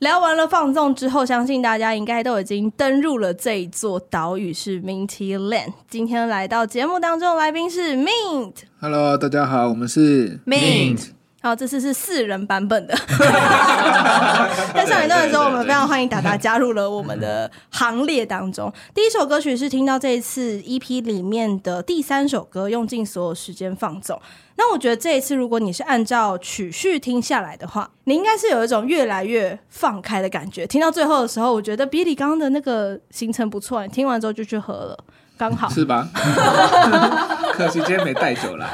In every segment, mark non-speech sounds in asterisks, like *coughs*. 聊完了放纵之后，相信大家应该都已经登入了这一座岛屿是 Minty Land。今天来到节目当中的来宾是 Mint， Hello，大家好，我们是 Mint 然后这次是四人版本的。在上一段的时候，我们非常欢迎达达加入了我们的行列当中。第一首歌曲是听到这一次 EP 里面的第三首歌，用尽所有时间放纵。那我觉得这一次，如果你是按照曲序听下来的话，你应该是有一种越来越放开的感觉。听到最后的时候，我觉得比利刚刚的那个行程不错，你听完之后就去喝了，刚好。是 *laughs* 吧？可惜今天没带酒啦。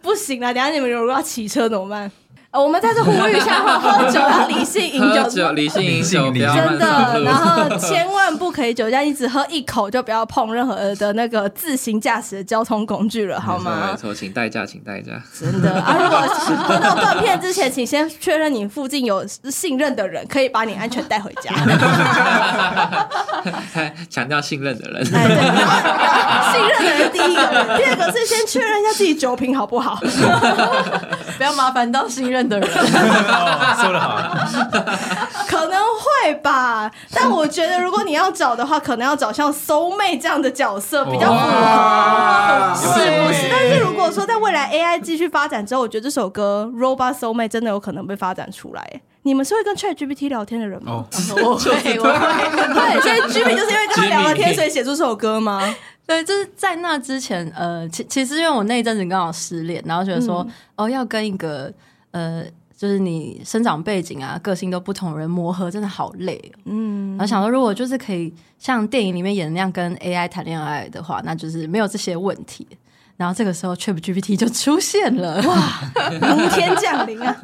不行啦，等一下你们如果要骑车怎么办？呃，我们在这呼吁一下，喝酒要理性饮喝酒酒，理性饮酒，不要真乱的上，路然。后千万不可以酒驾，你只喝一口就不要碰任何的那个自行驾驶的交通工具了，好没吗？错，请代驾，请代驾。真的啊，如果喝到断片之前，请先确认你附近有信任的人，可以把你安全带回家。还强调信任的人，哎，对，信任的人第一个，第二个是先确认一下自己酒品好不好。 *laughs* 不要麻烦到信任的人。哦 *laughs* 说的好，可能会吧，但我觉得如果你要找的话，可能要找像搜妹这样的角色比较符合，哇是不是对？但是如果说在未来 AI 继续发展之后，我觉得这首歌《Robot Soul Mate》真的有可能被发展出来。你们是会跟 ChatGPT 聊天的人吗？哦， *laughs* 我会，我会。对，所以 GPT 就是因为跟他聊了天，所以写出这首歌吗？ *laughs* 对，就是在那之前，呃，其其实因为我那一阵子刚好失恋，然后觉得说，哦，要跟一个呃，就是你生长背景啊、个性都不同的人磨合，真的好累、哦。嗯，然后想说，如果就是可以像电影里面演的那样跟 AI 谈恋爱的话，那就是没有这些问题。然后这个时候 ChatGPT 就出现了， *laughs* 哇，明天降临啊！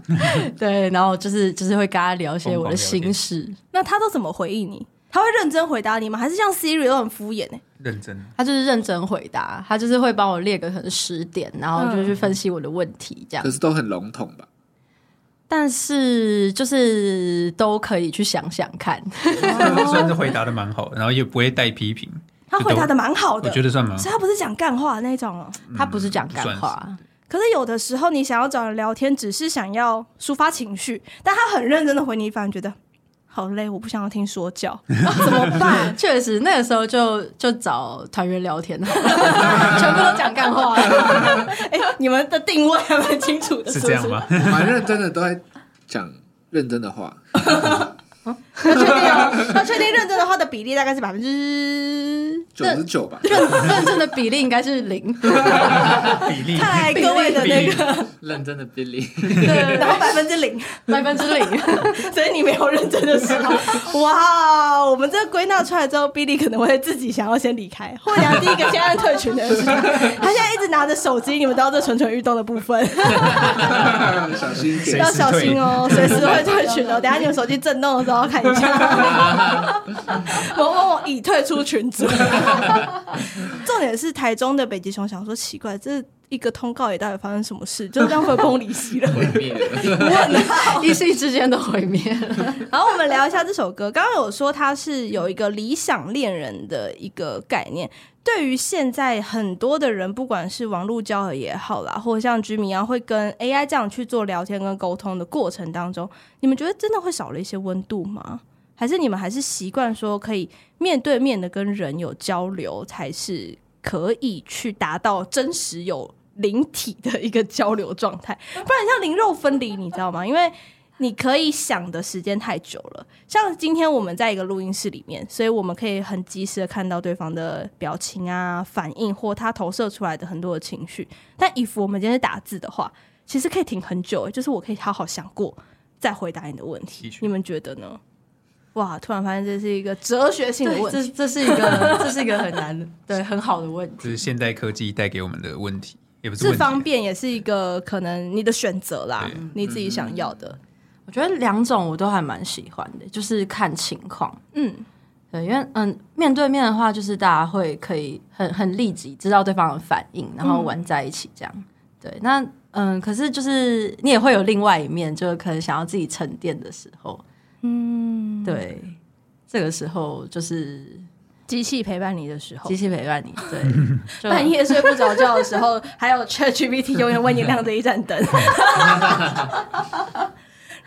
对，然后就是就是会跟他聊一些我疯狂聊的心天事，那他都怎么回应你？他会认真回答你吗？还是像 Siri 都很敷衍呢、欸认真， *laughs* 他就是认真回答，他就是会帮我列个可能十点，然后就去分析我的问题这样。可是都很笼统吧？但是就是都可以去想想看，算是回答的蛮好的，然后也不会带批评，他回答的蛮好我的，觉得算蛮所以好。他不是讲干话的那种哦、嗯他不是讲干不话，可是有的时候，你想要找人聊天，只是想要抒发情绪，但他很认真的回你一番，觉得好累，我不想要听说 *laughs* 教，怎么办？ *laughs* 确实那个时候就就找团员聊天， *laughs* 全部都讲 *laughs* 干话，哎、你们的定位还蛮清楚的，是是不这是样？吗？蛮认真的，都在讲认真的话。要确定哦，要确定认真的话的比例大概是百分之。九十九吧，认认真的比例应该 *laughs* 是零，比例看来各位的那个，认真的 Billy，对，然后百分之零，百分之零。 *laughs* 所以你没有认真的时候，哇！我们这个归纳出来之后，Billy 可能会自己想要先离开，或者第一个先按退群的人是他，他现在一直拿着手机，你们都要这蠢蠢欲动的部分。 *laughs* 小心一谁点要。小心哦，随时会退群哦。等下你们手机震动的时候要看一下。我问我已退出群组。重点是台中的北极熊想说奇怪，这一个通告也到底发生什么事，就这样分崩离析了。毁 *laughs* 灭了。问号。一夕之间的毁灭了。然后我们聊一下这首歌。刚刚有说它是有一个理想恋人的一个概念，对于现在很多的人，不管是网络交友也好啦，或者像居民一样会跟 AI 这样去做聊天跟沟通的过程当中，你们觉得真的会少了一些温度吗？还是你们还是习惯说可以面对面的跟人有交流，才是可以去达到真实有灵体的一个交流状态？ *laughs* 不然像灵肉分离，你知道吗？因为你可以想的时间太久了。像今天我们在一个录音室里面，所以我们可以很及时的看到对方的表情啊、反应或他投射出来的很多的情绪。但 if 我们今天是打字的话，其实可以停很久、就是我可以好好想过再回答你的问的题确。你们觉得呢？哇！突然发现这是一个哲学性的对，问这题，这是一个这是一个很难对很好的问题。这 *laughs* 是现代科技带给我们的问题，也不是这问题方便也是一个可能你的选择啦对，你自己想要的。我觉得两种我都还蛮喜欢的，就是看情况。嗯，对，因为嗯，面对面的话，就是大家会可以很很立即知道对方的反应，然后玩在一起这样。对，那嗯，可是就是你也会有另外一面，就是可能想要自己沉淀的时候，嗯，对，这个时候就是机器陪伴你的时候机，器陪伴你，对，就半夜睡不着觉的时 *laughs* 候，还有 ChatGPT 永远为你亮着一盏灯。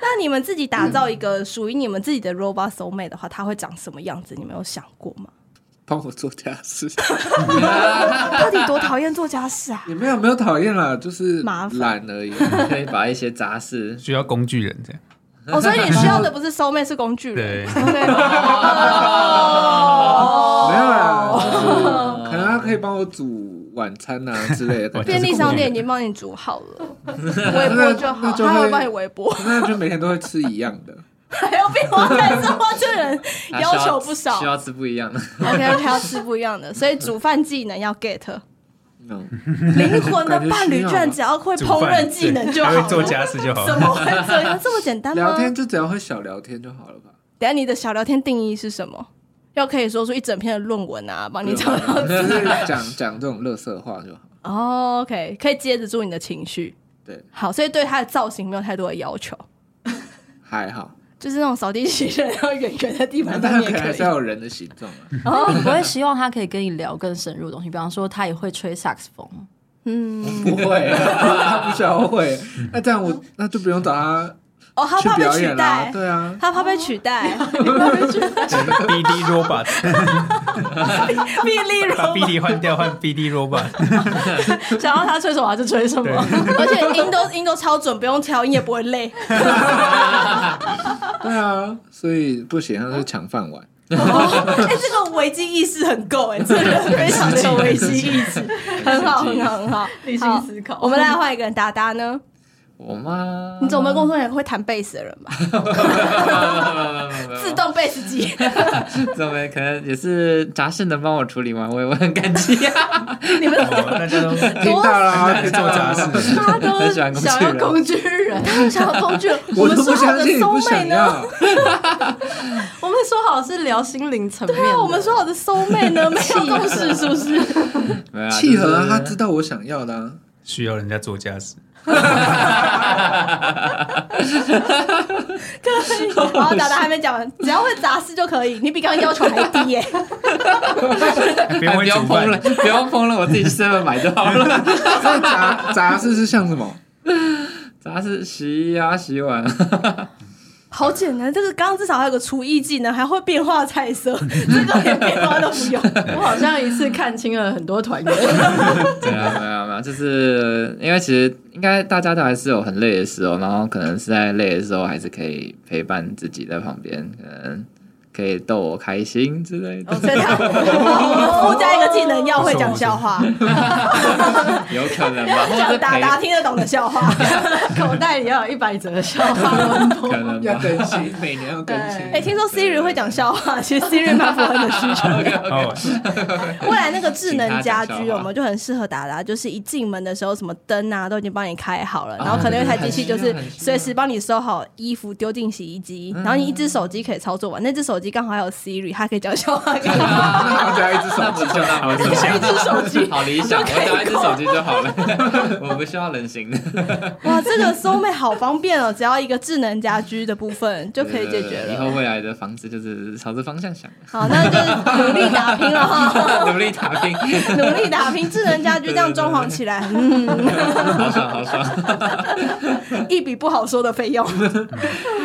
那你们自己打造一个属于你们自己的 robot soul mate 的话，它会长什么样子？你们有想过吗？帮我做家事， *laughs* 到底多讨厌做家事啊？也没有没有讨厌啦，就是麻烦懒而已啊。可以把一些杂事需要工具人这样。 *laughs* 哦，所以你需要的不是 soul mate，是工具人对。对。 *laughs* 哦没有啦，就是可能他可以帮我煮晚餐呐之类的感觉。便利商店已经帮你煮好 *laughs* 了，微波就好，那就会他会帮你微波。 *laughs* 那就每天都会吃一样的。还要变化再生花，这人他需 *laughs* 要求不少 *laughs* 需。要吃不一样的。 OK，OK，要吃不一样的，所以煮饭技能要 *laughs* get。嗯，灵魂的伴侣居然只要会煮烹饭饪技能就好还了，*laughs* 会做家事就好怎 *laughs* 了。么会这样？这么简单吗？聊天就只要会小聊天就好了吧？等一下你的小聊天定义是什么？要可以说出一整篇的论文啊，帮你找到就是讲讲这种乐色话就好。哦，OK，可以接得住你的情绪。对，好，所以对他的造型没有太多的要求，还好，就是那种扫地机器人要远远的地板但上可面也能还可是以。要有人的形 *laughs* 状啊。哦， *laughs* 你不会希望他可以跟你聊更深入的东西，比方说他也会吹萨克斯 *laughs* 风，嗯，不会，他 *laughs* 不需要会。那这样我那就不用找他哦，他去怕被表取演啦。代，对啊，他怕被取代，哦 *laughs* BD robot，臂力如把 BD 换掉，换 *laughs* BD robot，想要他吹什么他就吹什么。而且音都音都超准，不用调音也不会 *laughs* 累。对啊，所以不行，他是抢饭碗。哎、这个危机意识很够哎、这个人非常的有危机意识，很好，很好，很好，理性思考好我们来换一个人，达达呢？我妈，你总没有跟我说你会弹贝斯的人 *laughs* 吧？自动贝斯机，怎么可能也是杂事能帮我处理完，我也我很感激 *laughs* 啊。你们哇大家都听到啦，在做杂事，他都很喜欢工具想要人工具人，他们想要工具人。 *laughs* 我们都说不好相的信你不 soul mate 想呢？要。我们说好是聊心灵层面的，对啊，我们说好的 soul mate 呢？没有共识是不是？没有啊契合啊，就是他知道我想要的啊。需要人家做家事。可以。好，达达还没讲完，只要会杂事就可以。你比刚刚要求还低耶、不哎用不会煮饭要疯 *laughs* 了，，不要疯了，我自己去 seven 买就好了。这杂杂事是像什么？杂事洗衣啊，洗 *laughs* 碗啊， *laughs* 好简单，这个刚刚至少还有个厨艺技能，还会变化菜色， *laughs* 这个连变化都不用。我好像一次看清了很多团员。 *laughs* 对啊，没有没有，就是因为其实应该大家都还是有很累的时候，然后可能是在累的时候还是可以陪伴自己在旁边，可能可以逗我开心之类哦的，所以他我们附加一个技能，要会讲笑话， *laughs* 有可能吧，或者讲是达达陪，听得懂的笑 *laughs* 话。口袋里要有一百则笑话轮播。可能要吧。更新，每年要更新。哎，听说 Siri 会讲笑话，其实 Siri 蛮符合你的需求。哦， *laughs* 未来那个智能家居请他讲笑有话没有就很适合达达？就是一进门的时候，什么灯啊都已经帮你开好了，然后可能有一台机器就是啊很需要很嗯需要随时帮你收好衣服丢进洗衣机，然后你一只手机可以操作完，那只手机刚好还有 Siri，它可以讲笑 *laughs* 话给你。那我只要一只手机就好。好，理一想，只手机，好理 *laughs* 想，我只要一只手机就好 *laughs* 了，我不需要人 *laughs* 形的。哇，这个收妹好方便哦！只要一个智能家居的部分就可以解决以了。后未来的房子就是朝着方向想，好，那就是努力打拼哦了哈，努力打拼，努力打拼，智能家居这样装潢起来，嗯，好爽好爽。一笔不好说的费用。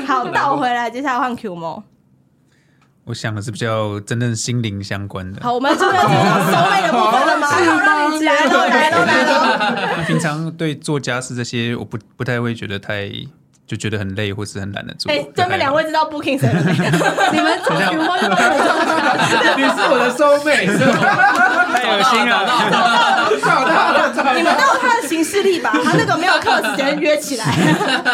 好，倒回来，接下来换 Q 猫。我想的是比较真正心灵相关的。好，我们真的进入到收妹的部分了吗？好，让你来喽，来喽，来喽。那 *laughs* 平常对做家事这些，我不不太会觉得太就觉得很累，或是很懒得做。哎，对面两位知道 Booking 谁了没？ *laughs* 你们做 Q 猫就帮我做你是我的收妹， *laughs* 是吗？太恶心了，找到了，找到你了们都有他的行事历吧？他那个没有课时间约起来，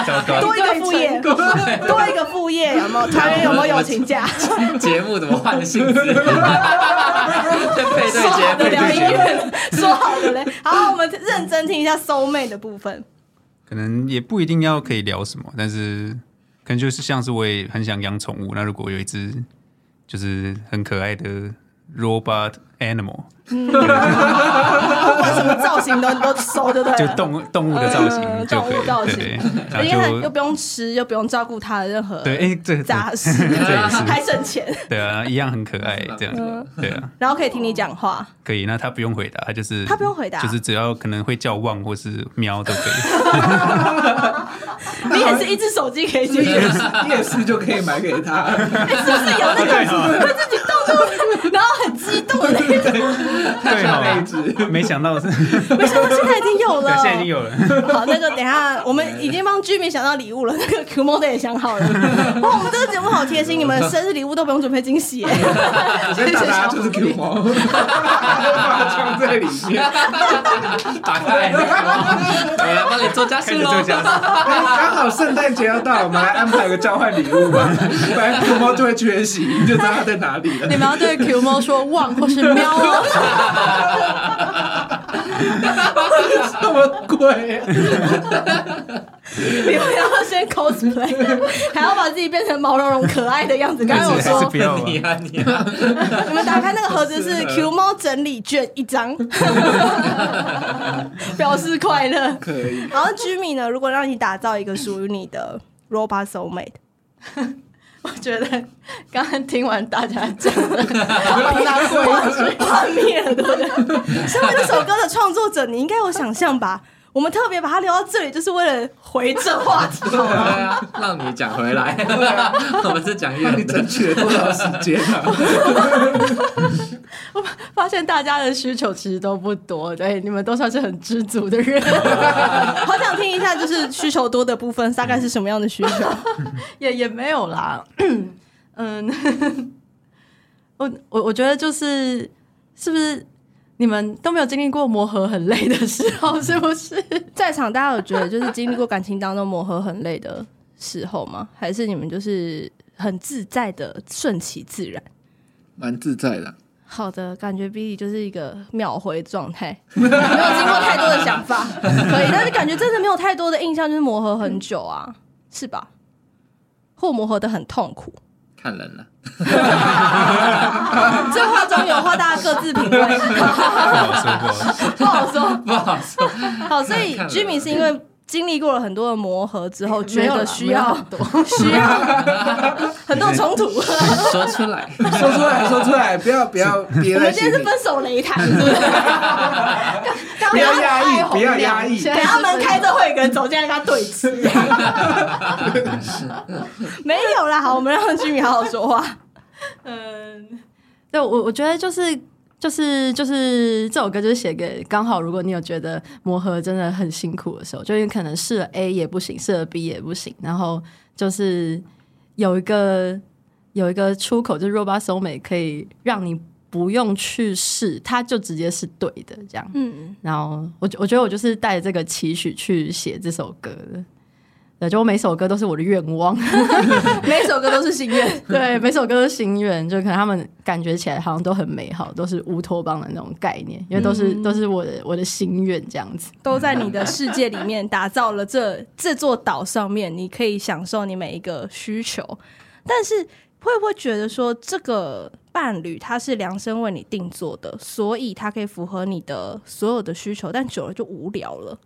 糟糕，多一个副业，多一个副业有没有？团员有没有友情价？节目怎么换性质？先配说好的对节，聊配音对节。乐，说好的嘞。好，我们认真听一下收妹的部分。可能也不一定要可以聊什么，但是可能就是像是我也很想养宠物，那如果有一只就是很可爱的 robot animal，不管什么造型 *laughs* 都都收，对不对就了？动物动物的造型呃就可动物造以，型对，而且然后又就不用吃，又不用照顾它的任何对，哎，这 *laughs* 杂这事，这也是 *laughs* 还省钱，对啊，一样很可爱，这样对啊，然后可以听你讲 *laughs* 话。可以。那他不用回答，他就是它不用回答就是只要可能会叫汪或是喵都可以。你也是一只手机可以解夜 *laughs* 决，市夜市就可以买给他，就是啊有那种会自己动动，然后很激动的那 *laughs* 种。对配哦，置。没想到 *laughs* 是，对，没想到现在已经有了，现在已经有了，好，那个等一下，我们已经帮居民想到礼物了，那个 Q m o d 也想好了。哇，我们这个节目好贴心，你们生日礼物都不用准备惊喜耶，我先打他就是 Q 猫，把枪在里面。打开，我来帮你做家事开始喽。做家事，哎刚好圣诞节要到，我们来安排个交换礼物吧。本来 Q 猫就会缺席，你就知道他在哪里了你。们要 *laughs* 对 Q 猫说汪或是喵哦，什么鬼啊？ *laughs* 你们要先 cosplay，还要把自己变成毛茸茸可爱的样子。 *laughs* 刚刚还有是还是说不，要吧你啊你啊，你们打开那个盒 *laughs* 子是 Q 猫整理卷一张，表示快乐。可以，然后居民呢，如果让你打造一个属于你的 robot soulmate， *laughs* 我觉得刚刚听完大家讲 *laughs* 的，好难过。画面 *laughs* 了，对不对？身为这首歌的创作者，你应该有想象吧？我们特别把它留到这里，就是为了回正话 *laughs* 题。对啊，让你讲回来，我们是讲那你远的争。取了多少时间啊？发现大 *laughs* 家的需求其实都不多，对，你们都算是很知足的 *laughs* 人，好想听一下，就是需求多的部分，大概是什么样的需求？也也没有啦。 *coughs* 嗯， *laughs* 我我我觉得就是是不是你们都没有经历过磨合很累的时候，是不是？ *laughs* 在场大家有觉得就是经历过感情当中磨合很累的时候吗？还是你们就是很自在的顺其自然？蛮自在的，好的，感觉 Billy 就是一个秒回状态， *laughs* 没有经过太多的想法，可 *laughs* 以，但是感觉真的没有太多的印象，就是磨合很久啊，是吧？或磨合的很痛苦，看人了，这话中有话，大家各自品味，不啊好说不好说，不好说。不好说。 *laughs* 好，所以居民是因为经历过了很多的磨合之后，觉没有啦得需没有要很多， *laughs* 需 *laughs* 要很多冲突。说出来，说出来，说出来，不要不要 *laughs* 憋我在们今心天是里，分手擂台，是不是？ *laughs* 刚刚不要压抑，不要压抑。现等在一是下门开着会有一个人走进来跟他对 *laughs* 峙。没有啦，好，我们让居民好好说话。嗯，对我我觉得就是就是就是这首歌就是写给刚好如果你有觉得磨合真的很辛苦的时候，就有可能试了 A 也不行，试了 B 也不行，然后就是有一个有一个出口，就是 Robot Soul 美可以让你不用去试，它就直接是对的这样。嗯，然后我觉我觉得我就是带着这个期许去写这首歌的，对，就我每首歌都是我的愿望。 *laughs* 每首歌都是心愿。 *laughs* 对，每首歌都是心愿，就可能他们感觉起来好像都很美好，都是乌托邦的那种概念，因为都是、都是我的我的心愿这样子。都在你的世界里面打造了这 *laughs* 这座岛上面，你可以享受你每一个需求。但是会不会觉得说，这个伴侣他是量身为你定做的，所以他可以符合你的所有的需求，但久了就无聊了，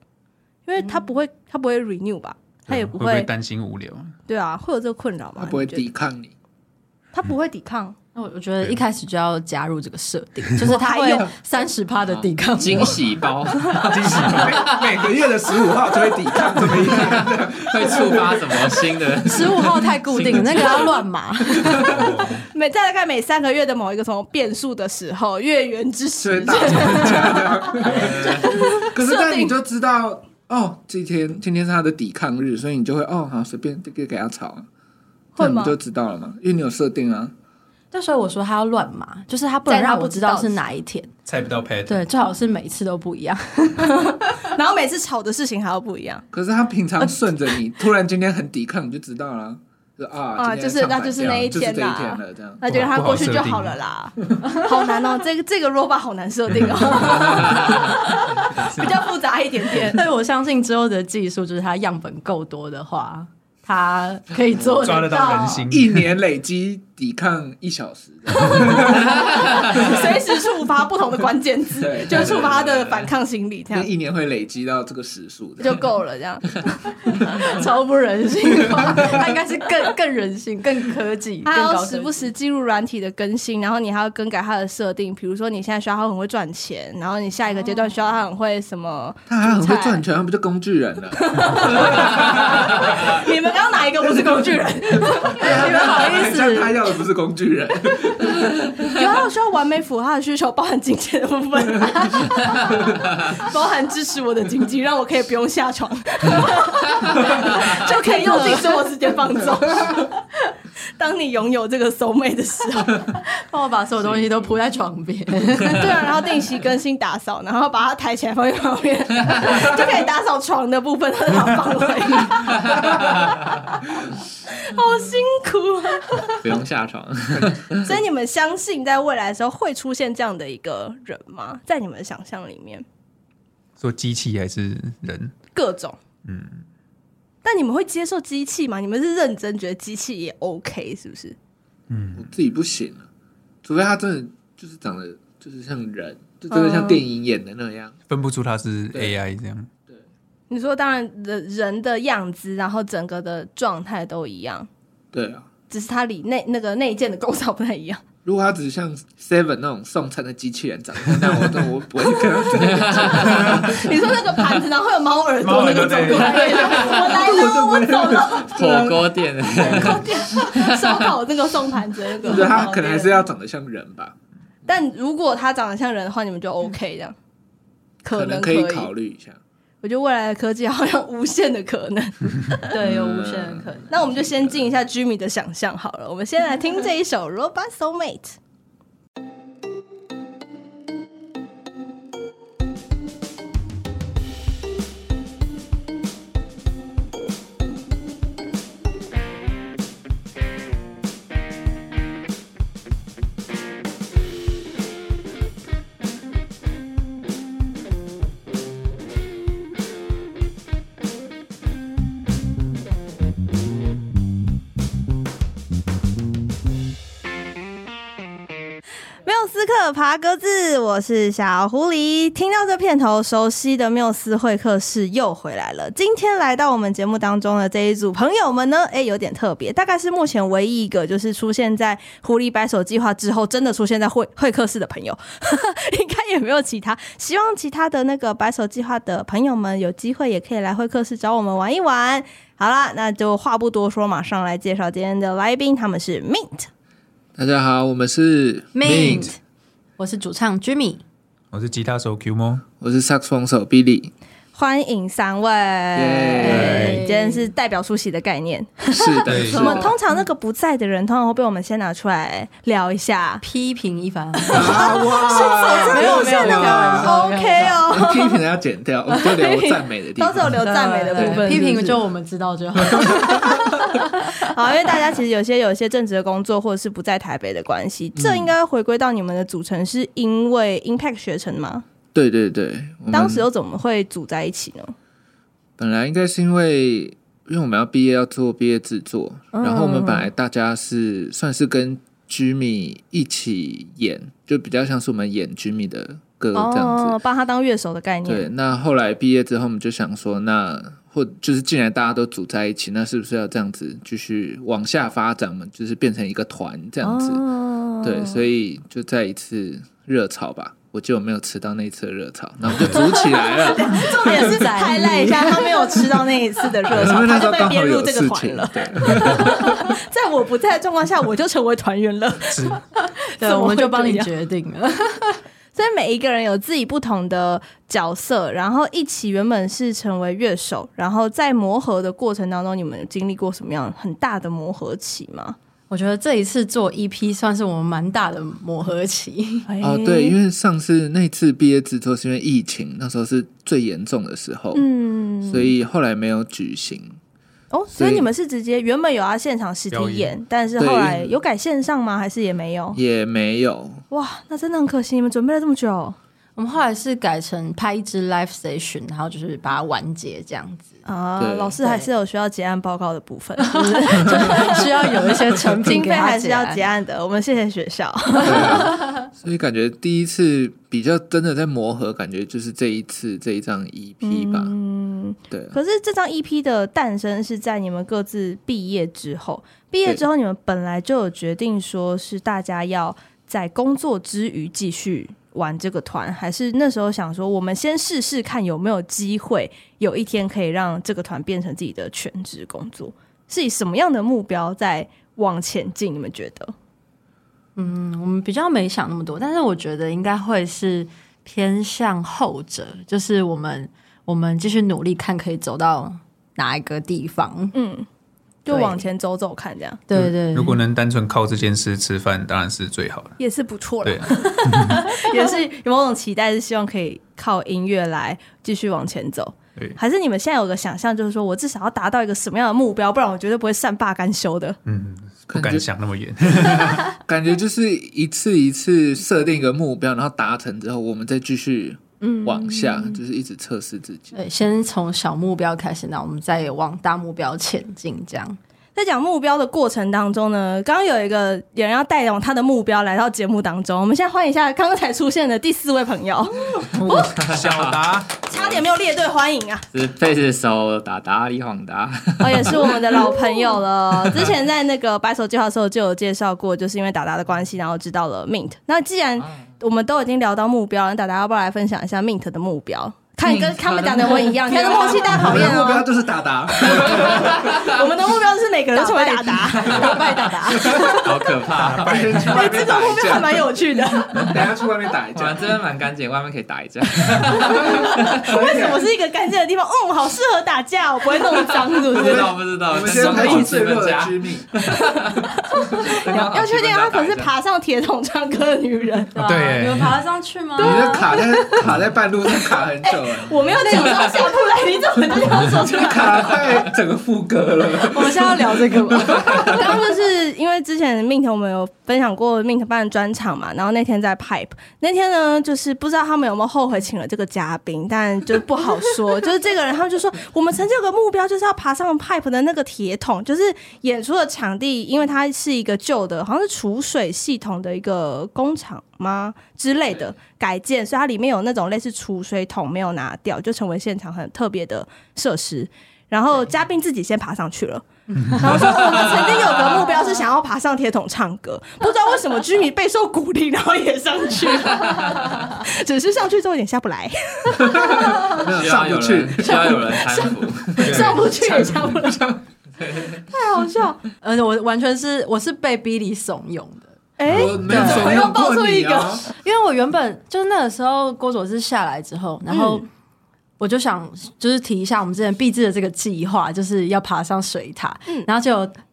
因为他不嗯会他不会 renew 吧，他也会不不啊会会担心无聊？对啊，会有这个困扰吗？他不会你觉得抵抗你，他不会抵抗。那我我觉得一开始就要加入这个设定，就是他我还 *laughs* 会有三十趴的抵抗惊喜包每每个月的十五号就会抵抗这么一个。会触发什么新的？ *laughs* 十五号太固 *laughs* 定了，那个要乱码。每在大概每三个月的某一个什么变数的时候，月圆之所以时，大吵架这样。可是但你就知道哦，这天今天是他的抵抗日，所以你就会哦，好随便这个给他吵，会那你吗不？就知道了吗？因为你有设定啊，那时候我说他要乱码，就是他不能在他让不我知知道道的是哪一天。猜不到 pattern，对，最好是每次都不一样。然后每次吵的事情还要不一样。可是他平常顺着 *laughs* 你，突然今天很抵抗，你就知道了。就啊啊今就天是唱反那就是调那一就是这天一啦天了，这样。那就让他过去就好了啦。好难哦，这个这个 robot 好难设定哦，比较复杂一点点。 *laughs* 但我相信之后的技术，就是他样本够多的话，他可以做抓得得到人心，一年累积抵抗一小时的，随时触发不同的关键字 *laughs* 对，就触发他的反抗心理，这那样一年会累积到这个时数的。就够了。这样，超不人性化，它应该是更更人性、更科技、更还高要科技时不时进入软体的更新，然后你还要更改它的设定，比如说你现在需要它很会赚钱，然后你下一个阶段需要它很会什么。 *laughs* 他还很会赚钱，他不就工具人了？你们刚刚哪一个不是工具人？你们 *laughs* 好意思他要的不是工具人，有还有需要完美符合他的需求，包含金钱的部分，包含支持我的经济，让我可以不用下床，就可以用尽生活时间放纵。当你拥有这个熟妹的时候，帮我把所有东西都铺在床边，对啊，然后定期更新打扫，然后把它抬起来放在旁边，就可以打扫床的部分，然后把它放回来。好辛苦啊！不用下床。所以你们相信在未来的时候会出现这样的一个人吗？在你们的想象里面，做机器还是人？各种，嗯。但你们会接受机器吗？你们是认真觉得机器也 OK 是不是？我自己不行了，除非他真的就是长得就是像人，就真嗯的像电影演的那样。分不出它是对 AI 这样。你说当然人人的样子，然后整个的状态都一样，对啊，只是它里内那个内建的构造不太一样。 *laughs* 如果他只是像 Seven 那种送餐的机器人长得，那我那我不会跟他 *laughs* 在一起。你说那个盘子，然后会有猫耳 *laughs* 朵那个走过来，我来了，我走了，火锅店烧烤那个送 *laughs* 盘子那我个。觉得他可能还是要长得像人吧，但如果他长得像人的话，你们就 OK 这样，可能能可以考虑一下。我觉得未来的科技好像无限的可能。对，有无限的嗯可能。那我们就先进一下 Jimmy 的想象好了，我们先来听这一首《Robot Soulmate》。缪斯克爬格子，我是小狐狸。听到这片头，熟悉的缪斯会客室又回来了。今天来到我们节目当中的这一组朋友们呢，诶，有点特别，大概是目前唯一一个就是出现在狐狸白手计划之后，真的出现在会会客室的朋友，应该也没有其他。希望其他的那个白手计划的朋友们有机会也可以来会客室找我们玩一玩。好啦，那就话不多说，马上来介绍今天的来宾，他们是 Mint。大家好，我们是 Mint，我是主唱 Jimmy，我是吉他手 Q 吗？我是萨克斯风 *laughs* 手 Billy，欢迎三位耶今天是代表出席的概念。是的，对是我的们通常那个不在的人，通常会被我们先拿出来聊一下。批评一番。啊哇， *laughs* 没有是那没有没有个没有 OK 哦， *laughs* 我批评要剪掉，我就留赞美的地都是有方。留赞美的部分。对批是不评是就我们知道就好。好，因为大家其实有些有些正职的工作，或者是不在台北的关系，嗯这应该回归到你们的组成，是因为 Impact 学程吗？对对对，我们当时又怎么会组在一起呢？本来应该是因为，因为我们要毕业要做毕业制作，然后我们本嗯来大家是算是跟 Jimmy 一起演，就比较像是我们演 Jimmy 的歌这样子。哦，帮他当乐手的概对，念。那后来毕业之后，我们就想说，那或就是既然大家都组在一起，那是不是要这样子继续往下发展？我们就是变成一个团这样子。嗯哦对，所以就在一次热潮吧，我记得我没有吃到那一次的热潮，那我们就组起来了。重点是拍赖一下，他没有吃到那一次的热 *laughs* 因潮，为他那时就候被刚编好入有这个事团情了。，对。 *laughs* 在我不在的状况下，我就成为团员了。 *laughs* 是对，怎么我会们就帮这你样决定了。所以每一个人有自己不同的角色，然后一起原本是成为乐手，然后在磨合的过程当中，你们有经历过什么样很大的磨合期吗？我觉得这一次做 EP 算是我们蛮大的磨合期，哦，哎对，因为上次那次毕业制作是因为疫情，那时候是最严重的时候，嗯，所以后来没有举行。哦，所以你们是直接原本有要现场实体表演演，但是对后来有改线上吗？还是也没有？也没有，哇，那真的很可惜，你们准备了这么久，我我们后来是改成拍一支 live station，然后就是把它完结这样子，啊对，老师还是有需要结案报告的部 *laughs* 分， *laughs* 就是需要有一些成品经费给它还是要结结案。案的。我们谢谢学 *laughs* 校，所以感觉第一次比较真的在磨合，感觉就是这一次这一张 EP 吧，嗯，对啊，可是这张 EP 的诞生是在你们各自毕业之后，毕业之后你们本来就有决定说是大家要在工作之余继续玩这个团，还是那时候想说我们先试试看有没有机会，有一天可以让这个团变成自己的全职工作？是以什么样的目标在往前进？你们觉得？我们比较没想那么多，但是我觉得应该会是偏向后者，就是我们我们继续努力看可以走到哪一个地方。嗯，就对往前走走看，这样对对，如果能单纯靠这件事吃饭，当然是最好的。也是不错啦对，啊 *laughs* 也是有某种期待，是希望可以靠音乐来继续往前走对。还是你们现在有个想象，就是说我至少要达到一个什么样的目标，不然我绝对不会善罢甘休的。嗯，不敢想那么远。感觉就是一次一次设定一个目标，然后达成之后，我们再继续嗯往下，就是一直测试自己。对，先从小目标开始，那我们再往大目标前进，这样。在讲目标的过程当中呢，刚刚有一个有人要带往他的目标来到节目当中，我们现在欢迎一下刚才出现的第四位朋友， *laughs* 小达，嗯差点没有列队欢迎啊！是贝斯手达达李晃达， *laughs* 哦，也是我们的老朋友了。之前在那个白手计划的时候就有介绍过，就是因为达达的关系，然后知道了 Mint。那既然我们都已经聊到目标了，那达达要不要来分享一下 Mint 的目标？看跟他们讲的我一 *laughs* 样，你看这默契大考验目标哦。就是达达，我们的目标是每个人都成为达达，打败达达。好可怕！哎，这个 *laughs* 目标还蛮有趣的。等下去外面打一我们这边蛮干净，外面可以打一架。为什么是一个干净的地方？嗯，好适合打架哦，我不会弄脏，是不 *laughs* 不是知？道不知道，我们先拍排除最弱的家，居民，要要确定她可是爬上铁桶唱歌的女人。啊对耶你们爬得上去吗？你就卡在卡在半路上卡很久了，我没有讲到下铺来，你怎么就要说出来？卡快整个副歌了。 *laughs* 我们现在要聊这个吗？ *laughs* 刚刚就是因为之前 Mint 我们有分享过 Mint 办的专场嘛，然后那天在 Pipe 那天呢，就是不知道他们有没有后悔请了这个嘉宾，但就是不好说。 *laughs* 就是这个人，他们就说我们曾经有个目标，就是要爬上 Pipe 的那个铁桶，就是演出的场地，因为它是一个旧的，好像是储水系统的一个工厂吗之类的改建，所以它里面有那种类似储水桶没有拿掉，就成为现场很特别的设施。然后嘉宾自己先爬上去了。然后说我们 *laughs* 曾经有个目标是想要爬上铁桶唱歌，不知道为什么居民备受鼓励，然后也上 *laughs* 去了，只是上去之后有点下不来，需要有上人，需要有人搀扶。上不去也下不来，太好笑。而且呃我完全是我是被 Billy 怂恿的。哎， *laughs* 我没有怂我又恿爆出过一你个啊！因为我原本就是那个时候郭佐治下来之后，然后我就想就是提一下我们之前毕制的这个计划，就是要爬上水塔，然后就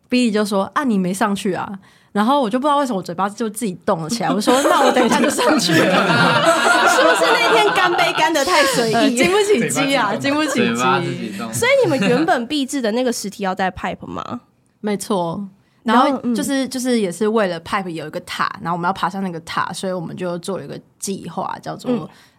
Billy 就说啊你没上去啊，然后我就不知道为什么我嘴巴就自己动了起来，我说那我等一下就上 *laughs* 去了，是不是那天干杯干的太随呃意经？不起激啊，*laughs* 经不起嘴巴自己激，动，所以你们原本必制的那个实体要带 pipe *laughs* 吗？没错。然然后后就是、就是也是为了 Pipe 有一个塔，然后我们要爬上那个塔，所以我们就做了一个计划，叫做、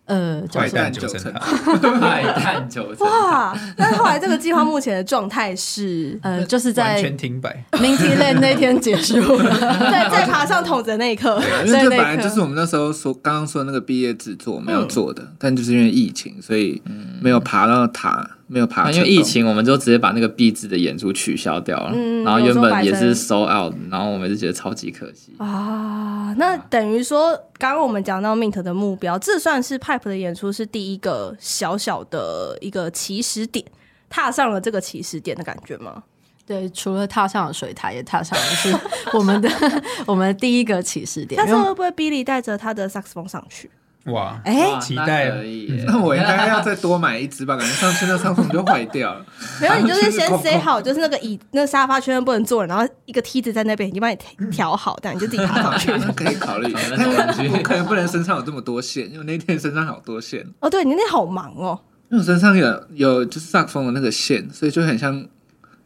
呃叫坏做。蛋九层塔， *laughs* 坏蛋九层。哇，那啊后来这个计划目前的状态是呃就是完在全停摆。 *laughs* Minty Land 那天结束了， *laughs* 在在爬上桶子的那一刻，因为这本来刻就是我们那时候说刚刚说的那个毕业制作我们要做的，但就是因为疫情，所以没有爬到塔，没有爬啊成功。因为疫情，我们就直接把那个壁纸的演出取消掉了，嗯然后原本也有是时 sold out，然后我们就觉得超级可惜。啊，那等于说，刚刚我们讲到 Mint 的目标，这算是 Pipe 的演出是第一个小小的一个起始点，踏上了这个起始点的感觉吗？对，除了踏上了水台，也踏上了是我们的 *laughs* 我们第一个起始点但。是因为会不会 Billy 带着他的萨克斯风上去？哇，哎、哇期待啊那可以 *laughs* 耶。那我应该要再多买一只吧，感觉上次那上次我们就坏掉了。 *laughs* 没有，你就是先就是空 say 好，就是那个椅、那沙发确认不能坐，然后一个梯子在那边已经帮你调调好，但你就自己爬上去。可以考虑，但我可能 *laughs* 不能身上有这么多线，因为那天身上好多线， *laughs* 哦，对你那天好忙哦，因为我身上有有就是上风的那个线，所以就很像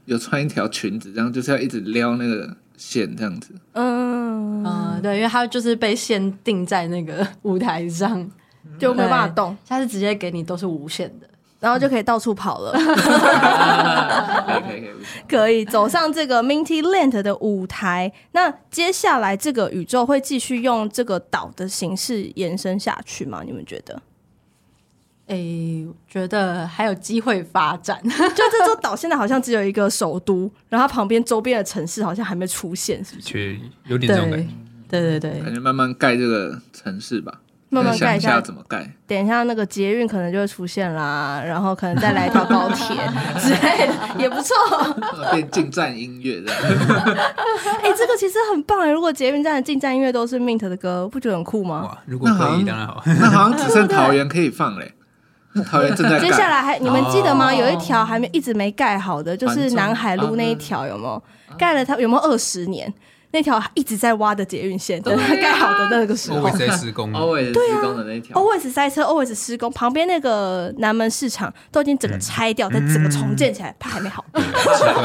有穿一条裙子，这样就是要一直撩那个线这样子。嗯，呃嗯、对，因为他就是被限定在那个舞台上，就没有办法动，下次直接给你都是无限的。然后就可以到处跑了，*laughs* 可以可以可以，可以走上这个 Minty Land 的舞台。那接下来这个宇宙会继续用这个岛的形式延伸下去吗？你们觉得？诶、觉得还有机会发展，就这座岛现在好像只有一个首都，然后它旁边周边的城市好像还没出现，是不是？却有点对这种感觉。对对对感觉慢慢盖这个城市吧，慢慢盖想一一下下，怎么盖。等一下那个捷运可能就会出现啦，然后可能再来一条高铁之类的，也不错。呃变近战音乐这样，哎、这个其实很棒哎、如果捷运站的进站音乐都是 Mint 的歌，不觉得很酷吗？哇，如果可以，当然好。那好像只剩桃园可以放嘞。桃园 *laughs* 正在接下盖，来还你们记得吗？哦有一条还没一直没盖好的，就是南海路那一条，有没有盖了它？有没有二十年？那条一直在挖的捷运线，等它盖好的那个时 *laughs* 候， always 在施工， always 施工的那条， always 塞车，always 施工，旁边那个南门市场都已经整个拆掉，再整个重建起来，它还没好。奇怪，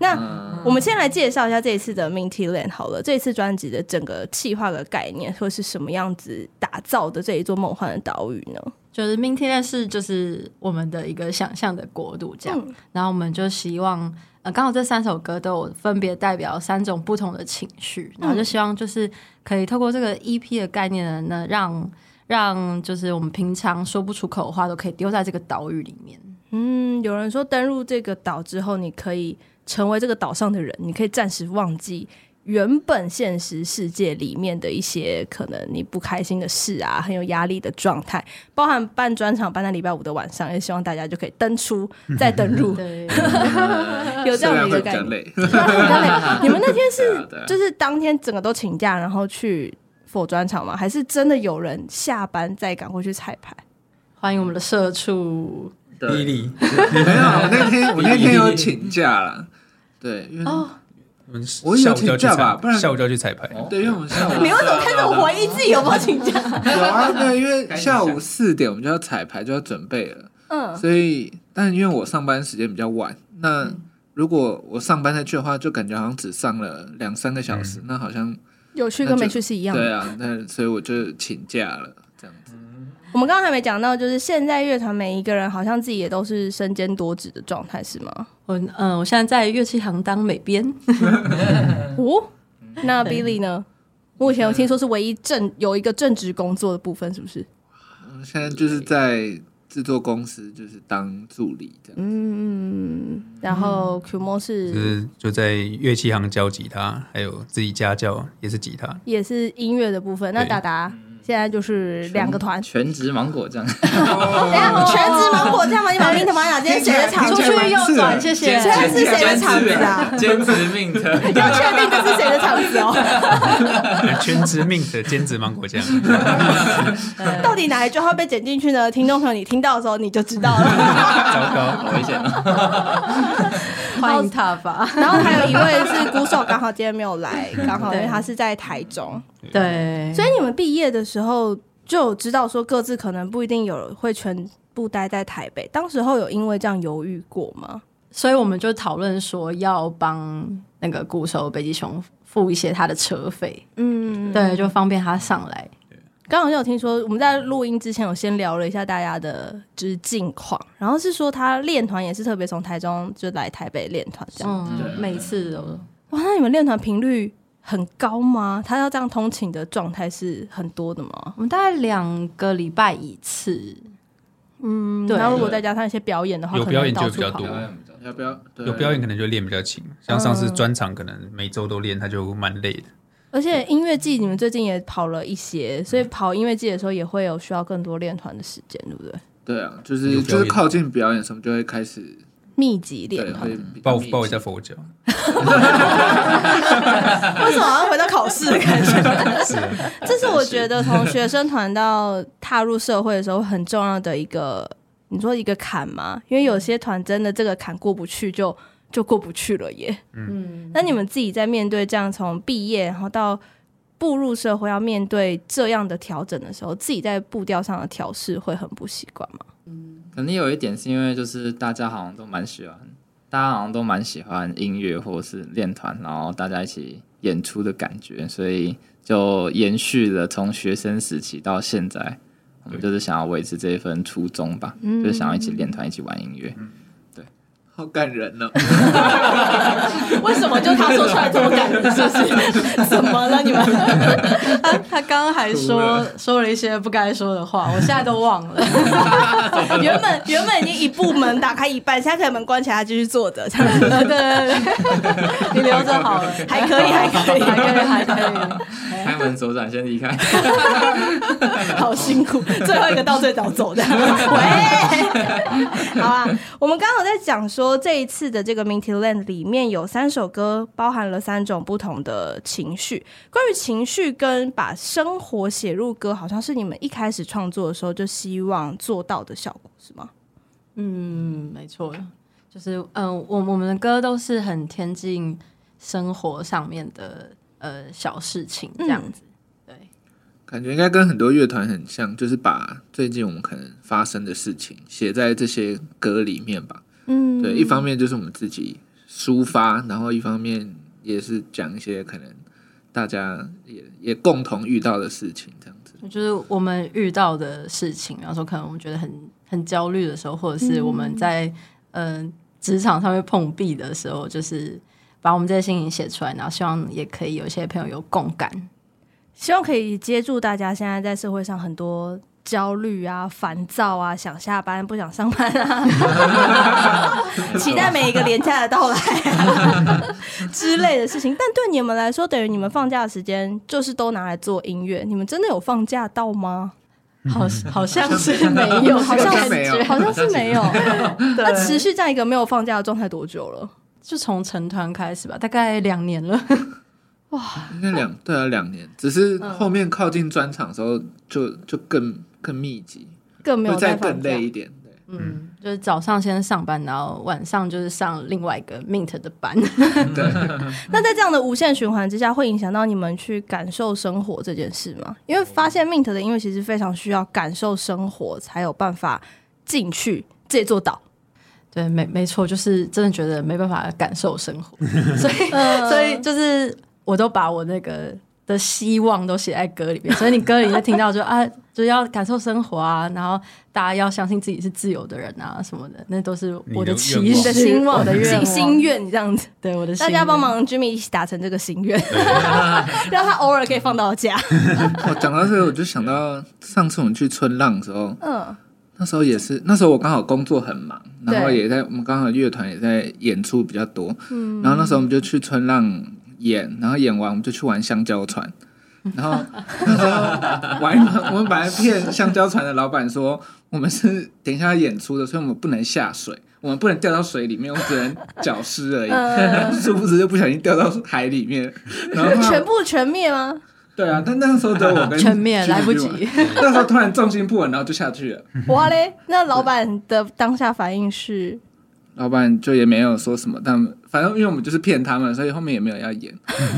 那我们先来介绍一下这一次的 Minty Land 好了，这一次专辑的整个企划的概念，或是什么样子打造的这一座梦幻的岛屿呢？就是 Minty 呢是就是我们的一个想象的国度这样，然后我们就希望。呃，刚好这三首歌都有分别代表三种不同的情绪，然后就希望就是可以透过这个 EP 的概念呢，那让让就是我们平常说不出口的话都可以丢在这个岛屿里面。嗯，有人说登入这个岛之后，你可以成为这个岛上的人，你可以暂时忘记原本现实世界里面的一些可能你不开心的事啊，很有压力的状态，包含办专场办在礼拜五的晚上，也希望大家就可以登 *laughs* 出再登入，对，有这虽样的然一会个比概较念。 *laughs* 累，对你们那天对是啊对啊就是当天整个都请假，然后去否专场吗？还是真的有人下班再赶过去彩排？欢迎我们的社畜丽对，丽，没有，啊我那天我那天有请假了，对，因为哦我们我以为下午就要请去假吧彩不然排，下午就要去彩排。对，因为我们下午啊你为什么开始回忆自己有没有请假？有啊，对，因为下午四点我们就要彩排，就要准备了，嗯，所以但因为我上班时间比较晚，那如果我上班再去的话，就感觉好像只上了两三个小时，那好像有去跟没去是一样的对。啊，那所以我就请假了，这样子。我们刚刚还没讲到，就是现在乐团每一个人好像自己也都是身兼多职的状态，是吗？我嗯、呃我现在在乐器行当美编，嗯哦，那 Billy 呢？目前我听说是唯一正有一个正职工作的部分，是不是？我现在就是在制作公司，就是当助理这样。嗯嗯。然后 Q 模就是是就在乐器行教吉他，还有自己家教也是吉 *laughs* 他，也是音乐的部分，那对达达现在就是两个团，全职哦芒果酱， *laughs* 等一下全职芒果酱嘛，你把 Mint 玛雅今天谁的场出子去右转，谢谢。这是谁的场子啊兼职 mint，要确定这是谁的场子 *laughs* 哦，全职命的兼职芒果酱。 *laughs* 到底哪一句话被剪进去呢？听众朋友，你听到的时候你就知道了。糟糕，好危险啊！欢迎踏法。 *laughs* 然后还有一位是鼓手，刚好今天没有 *laughs* 来，刚好因为他是在台中，对，所以你们毕业的时候就有知道说各自可能不一定有会全部待在台北，当时候有因为这样犹豫过吗？所以我们就讨论说要帮那个鼓手北极熊付一些他的车费，嗯，对，就方便他上来。刚好有听说，我们在录音之前有先聊了一下大家的就是近况，然后是说他练团也是特别从台中就来台北练团这样。嗯，每次都哇，那你们练团频率很高吗？他要这样通勤的状态是很多的吗？我们大概两个礼拜一次，嗯，对然后如果再加上一些表演的话，有可能表演到就处比较跑多要不要对啊有表演可能就练比较勤，像上次专场可能每周都练，他就蛮累的。而且音乐季你们最近也跑了一些，所以跑音乐季的时候也会有需要更多练团的时间，对不对？对啊，就有是表演就是靠近表演什么就会开始密集对练团，会比较抱密集抱一下佛 *laughs* 脚，为什么好像回到考试的感觉？是啊 *laughs* 这是我觉得从学生团到踏入社会的时候很重要的一个，你说一个坎嘛，因为有些团真的这个坎过不去就就过不去了耶。嗯，那你们自己在面对这样从毕业然后到步入社会要面对这样的调整的时候，自己在步调上的调试会很不习惯吗？可能有一点是因为就是大家好像都蛮喜欢，大家好像都蛮喜欢音乐或是练团，然后大家一起演出的感觉，所以就延续了从学生时期到现在，我们就是想要维持这一份初衷吧，就是想要一起练团，一起玩音乐。嗯好感人哦呢、为什么就他说出来这么感人？是不是？怎么了你 *laughs* 们？他他刚刚还说说了一些不该说的话，我现在都忘 *laughs* 了。原本原本已经一部门打开一半，现在可以门关起来，他继续坐着，这样子对对对，你留着好了，还可以，还可还可以，以，还可以。开门左转，先离开。好辛苦，最后一个到最早走的。喂，好啊，我们刚好在讲说这一次的这个 Minty Land 里面有三首歌，包含了三种不同的情绪。关于情绪跟把生活写入歌，好像是你们一开始创作的时候就希望做到的效果，是吗？嗯，没错，就是嗯、呃我我们的歌都是很贴近生活上面的呃小事情这样子。对，感觉应该跟很多乐团很像，就是把最近我们可能发生的事情写在这些歌里面吧。嗯对，一方面就是我们自己抒发，然后一方面也是讲一些可能大家也也共同遇到的事情，这样子。就是我们遇到的事情，比方说可能我们觉得很很焦虑的时候，或者是我们在嗯职、场上面碰壁的时候，就是把我们这些心情写出来，然后希望也可以有一些朋友有共感。希望可以接住大家现在在社会上很多焦虑啊、烦躁啊、想下班不想上班啊， *laughs* 期待每一个廉假的到来、之类的事情。但对你们来说，等于你们放假的时间就是都拿来做音乐，你们真的有放假到吗？好，好像是没有，好这像个是感没有觉好像是没有。那持续这样一个没有放假的状态多久了？就从成团开始吧，大概两年了。应该两对啊，两年，只是嗯嗯后面靠近专场的时候就就更更密集，更没会有再在放更假累一点。对，嗯，就是早上先上班，然后晚上就是上另外一个 Mint 的班。那在这样的无限循环之下，会影响到你们去感受生活这件事吗？因为发现 Mint 的音乐其实非常需要感受生活，才有办法进去这座岛。 *laughs* 对，没没错，就是真的觉得没办法感受生 *laughs* 活，所以呃所以就是我都把我那个的希望都写在歌里 *laughs* 面，所以你歌里面听到就啊，就是要感受生活啊，然后大家要相信自己是自由的人啊什么的，那都是我的期你你的的许、心我望的愿心望、心愿这样子，对我的大心家愿帮。忙 Jimmy 一起达成这个心愿， *laughs* 让他偶尔可以放到 *laughs* 家。哦，讲到这个，我就想到上次我们去春浪的时候，嗯，那时候也是，那时候我刚好工作很忙，对嗯然后也在我们刚好乐团也在演出比较多，然后那时候我们就去春浪演，然后演完我们就去玩香蕉船，然后 *laughs* 那时候玩一玩，我们本来骗香蕉船的老板说我们是等一下要演出的，所以我们不能下水。我们不能掉到水里面，我们只能脚湿而嗯已。 *laughs* 殊不知就不小心掉到海里面，然后全部全灭 *laughs* 吗？对啊，但那时候只有我 *laughs* 跟全灭居民来不去及玩。 *laughs* 那时候突然重心不稳，然后就下去了。哇嘞！那老板的当下反应是，老板就也没有说什么，但反正因为我们就是骗他们，所以后面也没有要 *laughs* 演。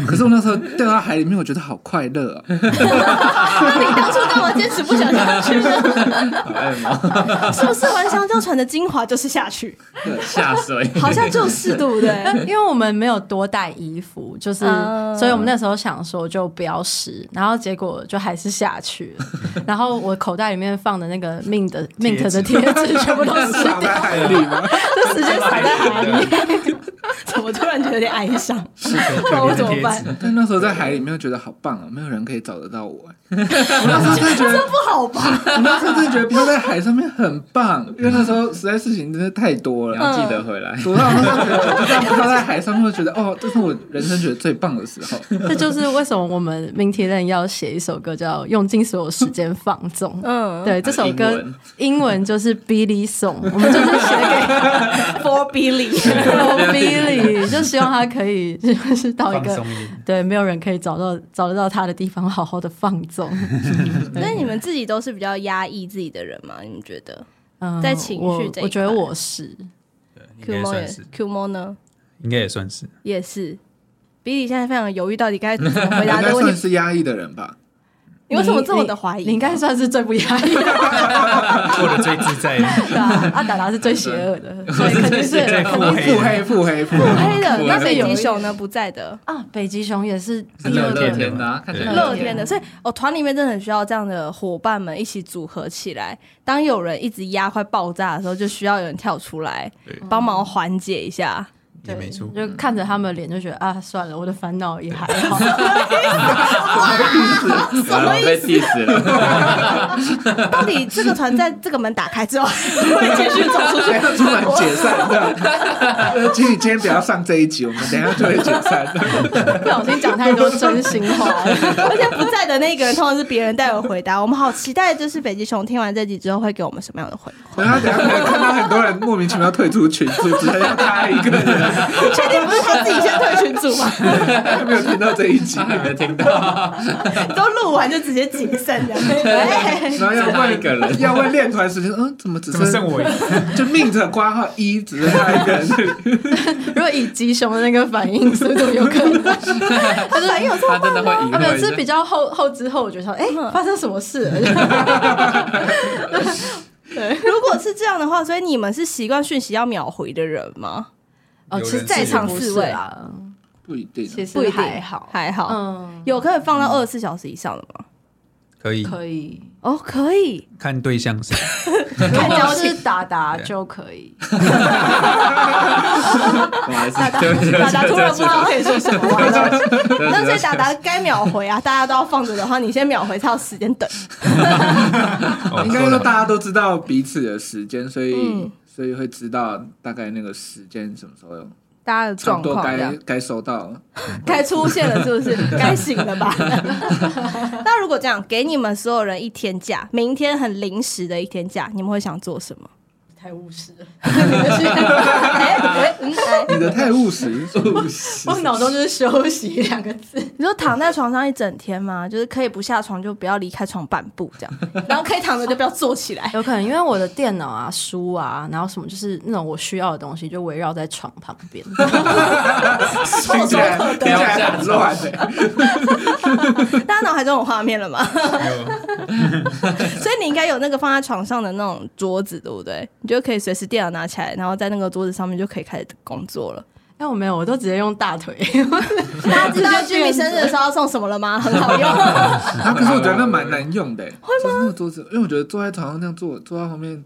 可是我那时候掉到海里面，我觉得好快乐哦。那你当初干嘛坚持不想下去 *laughs* 呢？是不是玩香蕉船的精华就是下去？下水。 *laughs* 好像就是对不对？因为我们没有多带衣服，就是，嗯所以我们那时候想说就不要湿，然后结果就还是下去 *laughs* 了。然后我口袋里面放的那个 mint 的 mint 的贴 *laughs* 纸全部都湿撒掉，在海里吗？就直接撒在海里。 *laughs* 怎么突然觉得有点哀伤？不不然我怎么办？？但那时候在海里面，我觉得好棒哦，没有人可以找得到我。我那时候真的觉得，不好吧？我那时候真的觉得飘在海上面很棒，因为那时候实在事情真的太多你嗯了。要记得回来。躲到那时候觉得，我就这样飘在海上面，我觉得哦，这是我人生觉得最棒的时 *laughs* 候。这就是为什么我们明天人要写一首歌叫《用尽所有时间放纵》。嗯，对， *laughs* 这首英歌文英文就是 Billy Song，我们就是写 *laughs* *laughs* 给哦，For Billy， Billy，就希望他可以 *laughs* 就是到一放个松一 *laughs* 点，对，没有人可以找到找得到他的地方，好好的放纵。那你们自己都是比较压抑自己的人吗？你们觉得嗯，在情绪这一我，我觉得块我是，应？Q 该 Mo 也算是， Q Mo 呢应该也算是。也是。Billy 现在非常犹豫，到底该怎么回我答应这该 *laughs* 个问算题。 *laughs* 是压抑的人吧。你为什么这么的怀疑你应该算是最不压抑的， *laughs* 过得最自 *laughs* 在的。 *laughs* 对 *laughs* 啊阿达达是最邪恶的，所以肯定是最腹黑腹黑腹黑腹黑，黑的，那黑北有极一熊呢不在的，啊，北极熊也是第是乐二个天的啊，*laughs* 看起来乐天的，所以哦，团里面真的很需要这样的伙伴们一起组合起来。当有人一直压快爆炸的时候，就需要有人跳出来对帮忙缓解一下。也没错就嗯看着他们的脸就觉得啊，算了，我的烦恼也还好。 *laughs* 完了我被 diss 了，到底这个团在这个门打开之后，会继续走出 *laughs* 去。突然解散的。呃请你今天不要上这一集，我们等一下就会解散的。不小心讲太多真心话了，而且不在的那个人通常是别人代我回答。我们好期待，就是北极熊听完这集之后会给我们什么样的回馈？然后等一下可能看到很多人莫名其妙退出群组，只剩下他一个人，确定不是 *laughs* 他自己先退群组吗？没有听到这一集。还没听到，都录完就直接谨慎这样。 *laughs* 哎然后要只剩他一问个人要问练团时间，嗯，怎么只怎么剩剩我一 *laughs* 个？就命着挂号一，只剩他一个人。 *laughs* 如果以吉熊的那个反应速度，有可 *laughs* 能他反应有嗯错他真的会他们赢是比会。较后后知后觉，说哎、发生什么事了？如果是这样的话，所以你们是习惯讯息要秒回的人吗？哦，有其实人在场不四是位啊啦，不一定，啊其实不一定，还好，还好。嗯，有可以放到二十四小时以上的吗？可以哦可以，哦，可 *laughs* 以。看对象是谁，看只要是达达就可以。 *laughs* 我还是对不起，达达突然不知道可以说什么话了， *laughs* 那所那以达达该秒回啊，大家都要放着的话，你先秒回才有时间等。哦应该说说了大家都知道彼此的时间，所以、嗯所以会知道大概那个时间什么时候有，大家的差状不多况这样该该收到了。该出现了，是不是？ *laughs* 该醒了吧？ *laughs* 那如果这样，给你们所有人一天假，明天很临时的一天假，你们会想做 *laughs* 什么？太务实了，哎哎嗯哎你的太务实，务实 *laughs* *laughs* 我脑中就是休息两个字，你说躺在床上一整天吗？就是可以不下床就不要离开床半步这 *laughs* 样，然后可以躺着就不要坐起来。有可能因为我的电脑啊、书啊，然后什么就是那种我需要的东西，就围绕在床旁边。 *laughs* 听起来听起来很乱欸大家脑海中有画面了吗？有 *laughs* 所以你应该有那个放在床上的那种桌子，对不对？你就可以随时电脑拿起来，然后在那个桌子上面就可以开始工作了。但我没有，我都直接用大腿。 *laughs* 大家知道居民生日的时候要送什么了吗？很好 *laughs* 用，啊，可是我觉得那蛮难用的欸，就是那个桌子，因为我觉得坐在床上那样坐，坐到后面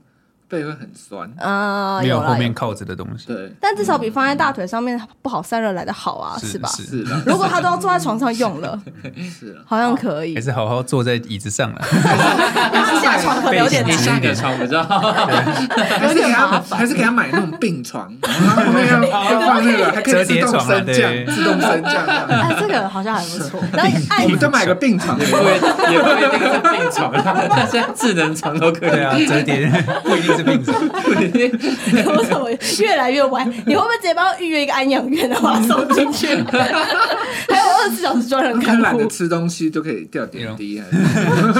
背会很酸。啊，没有有啦后面有靠着的东西，对，但至少比放在大腿上面不好散热来的好啊，哦是吧？是，是 *laughs* 的，如果他都要坐在床上用了，是的。好像可以还。是好好坐在椅子上了。下床可能有点背难 *laughs* 起。下个床不知道，还是给他，还是给他买那种病床，然后后面 *laughs* 要要放那个，还可以自动升折叠床啊对降，自动升降这 *laughs* 样。哎，这个好像还不 *laughs* 错。然后我爱们就买个病床，不会也不一定是病床，他现在智能床都可以对啊，折叠不一定是病人，我怎么越来越歪？你会不会直接帮我预约一个安养院，然后把他送进去？还有二十四小时专人看很懒 *laughs* 护得。吃东西就可以掉点滴，啊还是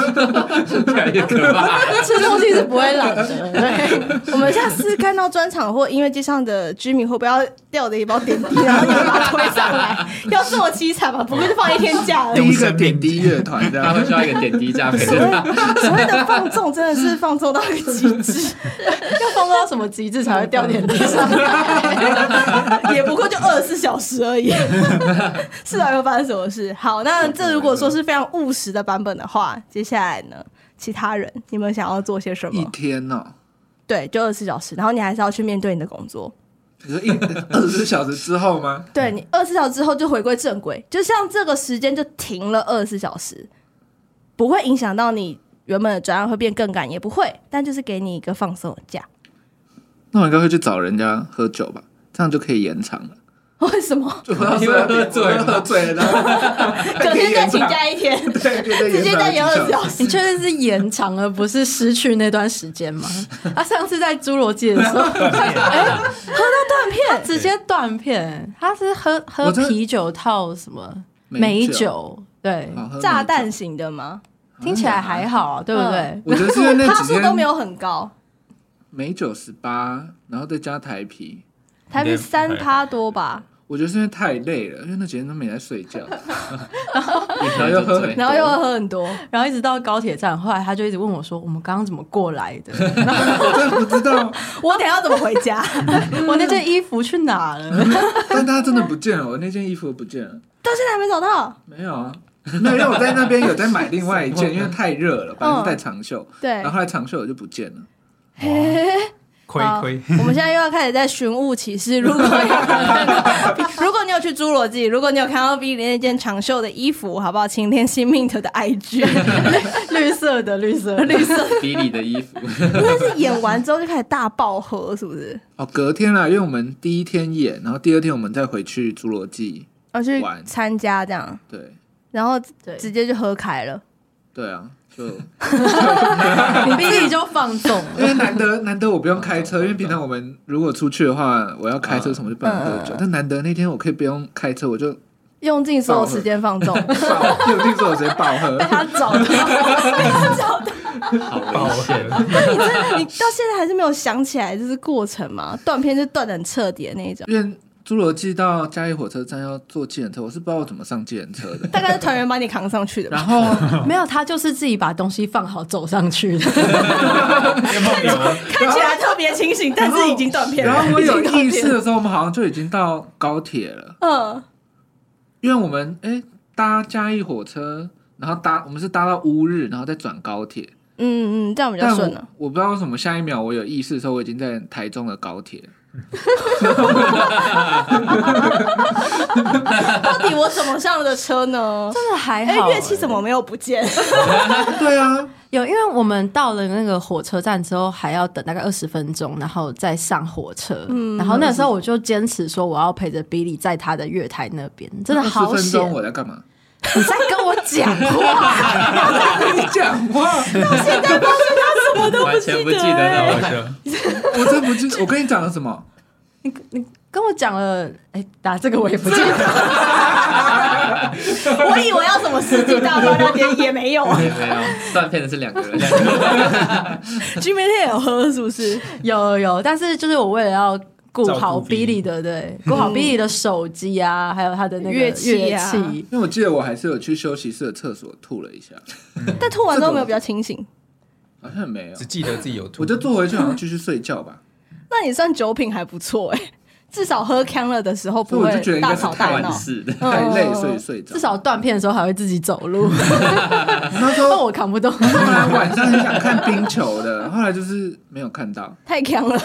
越来越可怕。吃东西是不会懒的，对，我们下次看到专场或音乐季上的居民，会不会要吊着一包点滴，然后你们把它推上来？要这么凄惨吗？不过就放一天假而第已。一个点滴乐团这 *laughs* 他样。会需要一个点滴架陪所着谓他，所谓的放纵，真的是放纵到一个极致，要放到什么极致才会掉点地上？ *laughs* 也不过就二十四小时而已。 *laughs* 是啊，会发生什么事？好，那这如果说是非常务实的版本的话，接下来呢？其他人，你们想要做些什一么？天哦，对，就二十四小时，然后你还是要去面对你的工作。你说一二十四小时之后吗？对你二十四小时之后就回归正轨，就像这个时间就停了二十四小时，不会影响到你原本的转让会变更赶，也不会，但就是给你一个放松的假。那我应该会去找人家喝酒吧，这样就可以延长了。 *laughs* 为什 *laughs* 么？就喝到喝醉，喝醉了，隔天再请假一天，对，直直接再延二十小时。你确定是延长而不是失去那段时间 *laughs* 吗？他上次在侏罗纪的时候，哎断片，直接断片，他是喝喝我真的啤酒套什么美美酒嗯酒，对，好喝美酒炸弹型的吗？听起来还好啊，对不对嗯？我觉得是因为 *laughs* 那趴几数天都没有很高，美酒十八，然后再加台啤，台币三趴多吧。我觉得是因为太累了，因为那几天都没在睡觉， *laughs* 然后又喝哎很然后又喝很多，然后一直到高铁站，后来他就一直问我说：“我们刚刚怎么过来的？ *laughs* 我真的不知道，我等一下怎么回 *laughs* 家？我那件衣服去哪了但他真的不见了，我那件衣服不见了，到现在还没找到。没有啊。没有，因为我在那边有在买另外一件，因为太热了，本来是带长袖，嗯对然后，后来长袖我就不见了。亏好亏，我们现在又要开始在寻物启事。如 *laughs* 果有 *laughs* 人如果你有去侏罗纪，如果你有看到 V 里那件长袖的衣服，好不好？请联系 Mint 的 *laughs* IG，？” 绿色的，绿色，绿色。比利的衣服，那是演完之后就开始大爆喝，是不是？哦，隔天啦，因为我们第一天演，然后第二天我们再回去侏罗纪，然后哦去玩参加这样，对，然后对直接就喝开了。对啊，就因你自己就放 *laughs* 纵。为难得难得我不用开车，因为平常我们如果出去的话，我要开车什么就不能喝酒，但难得那天我可以不用开车，我就用尽所有时间放纵， *laughs* 爆，有听说我直接爆喝，他找 *laughs* 到，好危险。你真的你到现在还是没有想起来这是过程吗？断片就断的很彻底的那一种，因为侏罗纪到嘉义火车站要坐计程车，我是不知道我怎么上计 *laughs* 程车的。大概是团员把你扛上去的吧。然后，没有，他就是自己把东西放好走上去的。啊看起来特别清醒，但是已经断片了。然后我已有经断意片识了，的时候，我们好像就已经到高铁了，嗯，因为我们哎搭嘉义火车，然后搭我们是搭到乌日，然后再转高铁。嗯嗯，这样比较但顺我了。我不知道为什么下一秒我有意识的时候，我已经在台中的高铁了。到底我怎么上的车呢？真的还哎好、，乐器怎么没有不见？ *laughs* 对啊，有？因为我们到了那个火车站之后，还要等大概二十分钟，然后再上火车。然后那时候我就坚持说，我要陪着 Billy 在他的月台那边，真的好20分险钟！我在干嘛？你在跟我讲话，你讲话，完全不记得太了。好笑。 *laughs* 我真不记，我跟你讲了什么？你你跟我讲了，哎、打这个我也不记得。我以为要什么世纪大爆炸点也没有。没有没有，断片的是两个人， *laughs* 居民天有喝是不是？有有，但是就是我为了要顾照顾好 Billy Billy 的，对，顾好 Billy 的手机啊，还有他的那个乐乐器啊器因为我记得我还是有去休息室的厕所吐了一下，但吐完之后没有比较清醒，好像没有只。记得自己有吐，我就坐回去，好像继续睡觉 *laughs* 吧。那你算酒品还不错哎， *laughs* 至少喝康了的时候不所以我就觉得会应该大是吵大太太闹晚。事的。哦太累，所以睡着至。少断片的时候还会自己走路，那时那候我扛不动。本来晚上很想看冰球的，后来就是没有看到。太强了，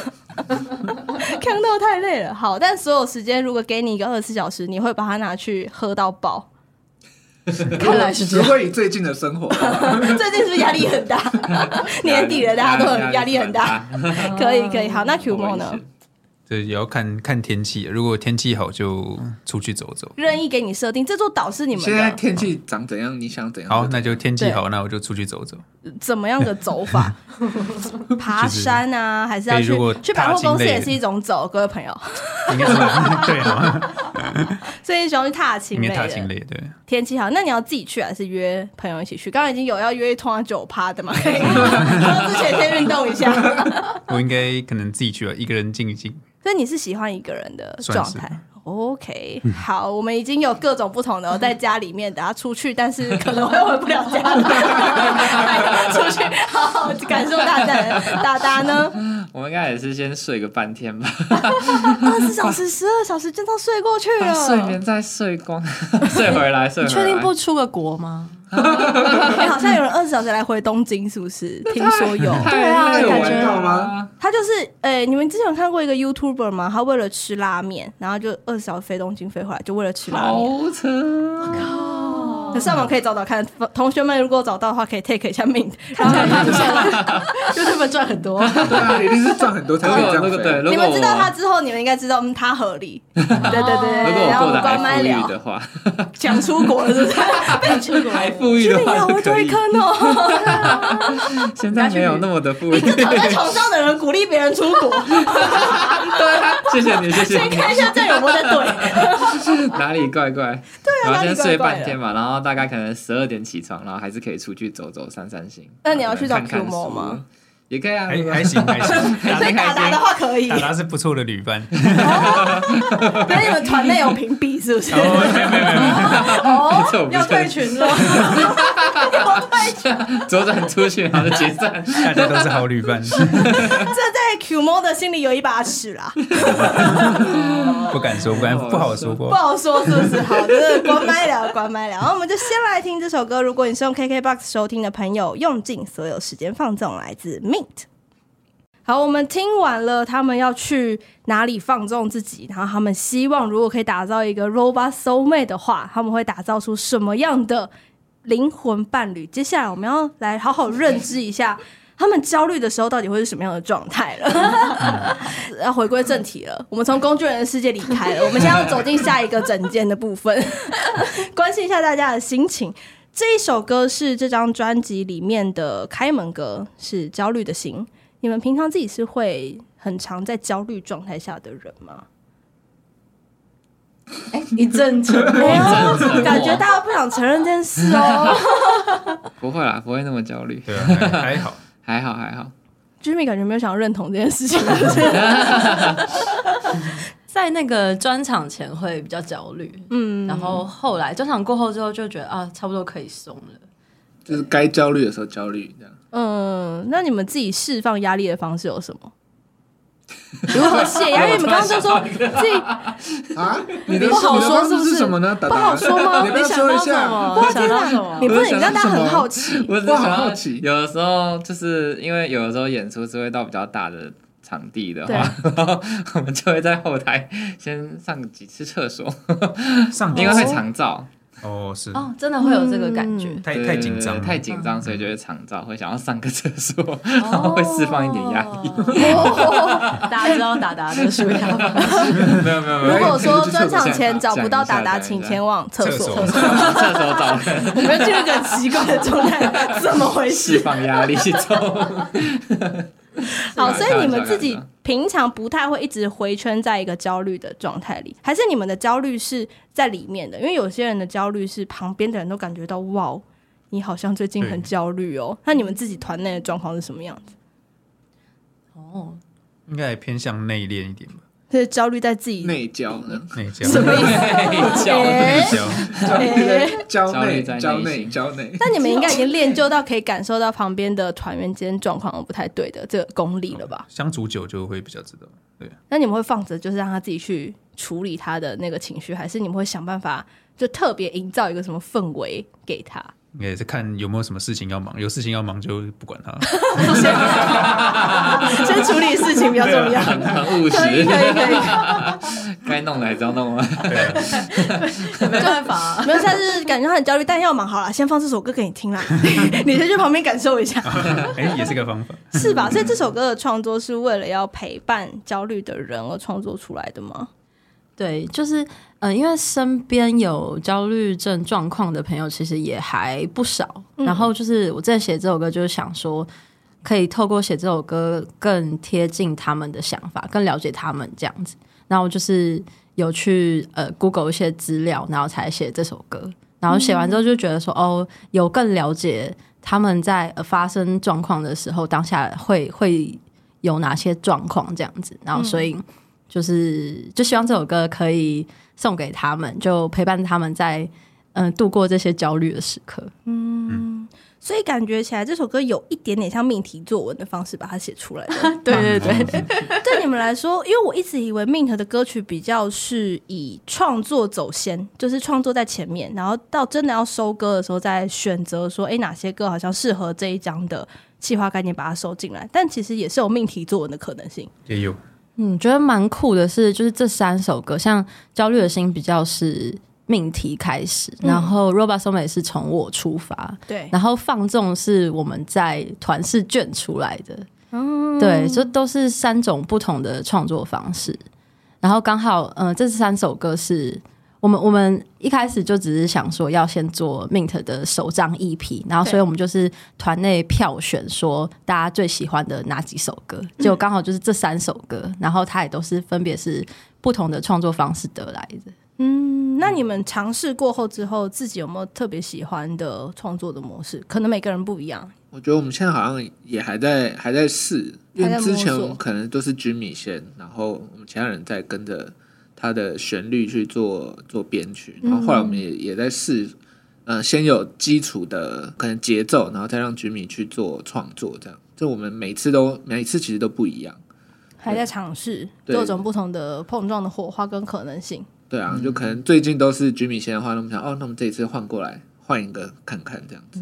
强到太累了。好，但所有时间如果给你一个二十四小时，你会把它拿去喝到爆。看来是这如样。果以最近的生活的话， *laughs* 最近是不是压力很大？年底了，大家都很压力很大。，可以可以，好，那 Q 梦呢？这也要看看天气。如果天气好，就出去走走。任意给你设定，这座岛是你们现在的，天气长怎样，你想怎样？好，那就天气对好，那我就出去走走。怎么样的走法？爬山啊，还是要哎如果去去百货公踏青司类的也是一种走，各位朋友。应该是对啊，所以你喜欢去踏青 *laughs* 类应该的。踏青类对。天气好，那你要自己去还是约朋友一起去？刚刚已经有要约一通酒趴的嘛，可以喝之前先运动一下。我应该可能自己去了，啊一个人静一静。所以你是喜欢一个人的算状是态。OK，好，我们已经有各种不同的哦在家里面的，啊，出去，但是可能会回不了家了。出去，好好感受大自然。达达呢？我们应该也是先睡个半天吧，二十小时、十二小时，真的睡过去把睡了。眠再睡光，睡回来，睡你回来。确定不？出个国吗？哎，好像有人二十小时来回东京，是不是？听说有。对啊那有感玩觉到吗？他就是，诶、你们之前有看过一个 YouTuber 吗？他为了吃拉面，然后就二十小时飞东京飞回来，就为了吃拉面。好扯，可上网可以找找看，同学们如果找到的话，可以 take 一下命。*laughs* 看起来看不下来，因为他们赚很多。对啊，一定是赚很多才如 *laughs* 哦会这样果如果对，飞。如你果们知道他我之后，你们应该知道，嗯，他合理。对对对如对，果然我后过得还关麦富裕聊，的话，讲出国了，是不是？被出国还富裕的你好话会就可推以坑。哦！现在没有那么的富裕，躺在床上的人鼓励别人出国， *laughs* 谢谢你，谢谢先 *laughs* 你。看一下这有没有在对。 *laughs* 哪里怪怪？对啊然后哪里先怪睡怪半的天嘛，然后大概可能十二点起床，然后还是可以出去走走散散心。那你要去找看看 Q 猫书吗？哎也可以 *laughs* 啊，还还行 *laughs* 还行，打所得以达达开的话可以心，，达达是不错的旅伴。那你们团内有评比是不是？不哦错不要退错，群了，左转出去然后就解散。大家都是好旅伴，这在 Q 猫的心里有一把尺啊啦，不敢说，不敢不好说不过。好说是不是？好，就是关麦了，关麦了。然后我们就先来听这首歌。如果你是用 KKBOX 收听的朋友，用尽所有时间放纵，来自 Mint。好，我们听完了他们要去哪里放纵自己，然后他们希望如果可以打造一个 Robot Soul Mate 的话，他们会打造出什么样的灵魂伴侣？接下来我们要来好好认知一下，他们焦虑的时候到底会是什么样的状态了。要回归正题了，我们从工具人的世界离开了，我们现在要走进下一个整件的部分， *laughs* 关心一下大家的心情。这一首歌是这张专辑里面的开门歌，是《焦虑的心》。你们平常自己是会很常在焦虑状态下的人吗？哎一阵子 *laughs* 沉默感觉大家不想承认这件事哦。不会啦，不会那么焦 *laughs* 虑，对啊，还还好，还好还好。 Jimmy 感觉没有想认同这件事情， *laughs* 在那个专场前会比较焦虑，嗯，然后后来专场过后之后就觉得啊，差不多可以松了。就是该焦虑的时候焦虑这样。嗯，那你们自己释放压力的方式有什么？如何泄压？因哎为你们刚刚就说自 *laughs* 己啊，你的不好说你的方式是不是是什么呢？达达不好说吗 *laughs* 你不要说一下，我想天到什哪！么你不能我想让到大家什很么好 *laughs* 奇。我只我想好好要奇有的时候就是因为有的时候演出是会到比较大的场地的啊话，然后 *laughs* 我们就会在后台先上几次厕哦所，上因为会长照，哦，是哦，真的会有这个感觉。太对太紧张了，对对太紧张，所以就会长照，会想要上个厕所，然后会释放一点压力。嗯哦 *laughs* 大家知道达达的舒压方式，没有没有没如有，果 *laughs* 说专场前找不到讲达达，一下讲一下请前往厕厕所。所厕所找人 *laughs* 我们进入一个很 *laughs* 奇怪的状 *laughs* 态，怎么回释事？放压力中。好，所以你们自开玩笑开玩己笑平常不太会一直回圈在一个焦虑的状态里，还是你们的焦虑是在里面的？因为有些人的焦虑是旁边的人都感觉到，哇，哦你好像最近很对焦虑哦。那你们自己团内的状况是什么样子？哦，应该也偏向内敛一点吧，就是焦虑在自己内焦 *laughs* 呢？内向，什么意思？内哎向， *laughs* 焦焦虑内在焦内内心焦内。那你们应该已经练就到可以感受到旁边的团员之间状况不太对的这个功力了吧？相处久就会比较知道。对，那你们会放着，就是让他自己去处理他的那个情绪，还是你们会想办法就特别营造一个什么氛围给他？应该也是看有没有什么事情要忙，有事情要忙就不管他。 *laughs* 先处理事情比较 *laughs* 重要。啊很务可以实，可以可以，该弄的还是要弄啊。对啊，没办法 *laughs* 啊，没有，他是感觉他很焦虑，但要忙好了，先放这首歌给你 *laughs* 听啦，你先去旁边感受一下，哎，也是个方法。 *laughs* 是吧？所以这首歌的创作是为了要陪伴焦虑的人而创作出来的吗？对，就是嗯、呃因为身边有焦虑症状况的朋友其实也还不少。然后就是我在写这首歌，就是想说，可以透过写这首歌更贴近他们的想法，更了解他们这样子。然后就是有去呃 Google 一些资料，然后才写这首歌。然后写完之后就觉得说，哦，有更了解他们在、呃发生状况的时候，当下会会有哪些状况这样子。然后所以就是、就希望这首歌可以送给他们，就陪伴他们在嗯、呃度过这些焦虑的时刻。所以感觉起来这首歌有一点点像命题作文的方式把它写出来的。对对对。对你们来说，因为我一直以为 Mint 的歌曲比较是以创作走先，就是创作在前面，然后到真的要收歌的时候再选择说，哎，哪些歌好像适合这一张的企划概念，把它收进来。但其实也是有命题作文的可能性。也有嗯，觉得蛮酷的是，就是这三首歌，像《焦虑的心》比较是命题开始，嗯然后《Robot s o m e 是从我出发，对，然后《放纵》是我们在团试卷出来的。对，这都是三种不同的创作方式。然后刚好，嗯、这三首歌是我们我们一开始就只是想说要先做 Mint 的首张 EP，然后对所以我们就是团内票选说大家最喜欢的哪几首歌，结果刚好就是这三首歌，然后它也都是分别是不同的创作方式得来的。嗯，那你们尝试过后之后，自己有没有特别喜欢的创作的模式？可能每个人不一样。我觉得我们现在好像也还在还在试，因还在为摸之前索我们可能都是 Jimmy 先，然后我们其他人在跟着他的旋律去做做编曲，然后后来嗯我们也也在试，呃，先有基础的可能节奏，然后再让 Jimmy 去做创作，这样。就我们每次都每次其实都不一样，还在尝试对各种不同的碰撞的火花跟可能性。对啊，嗯就可能最近都是 Jimmy 先的话，那我们想哦，那我们这一次换过来换一个看看这样子。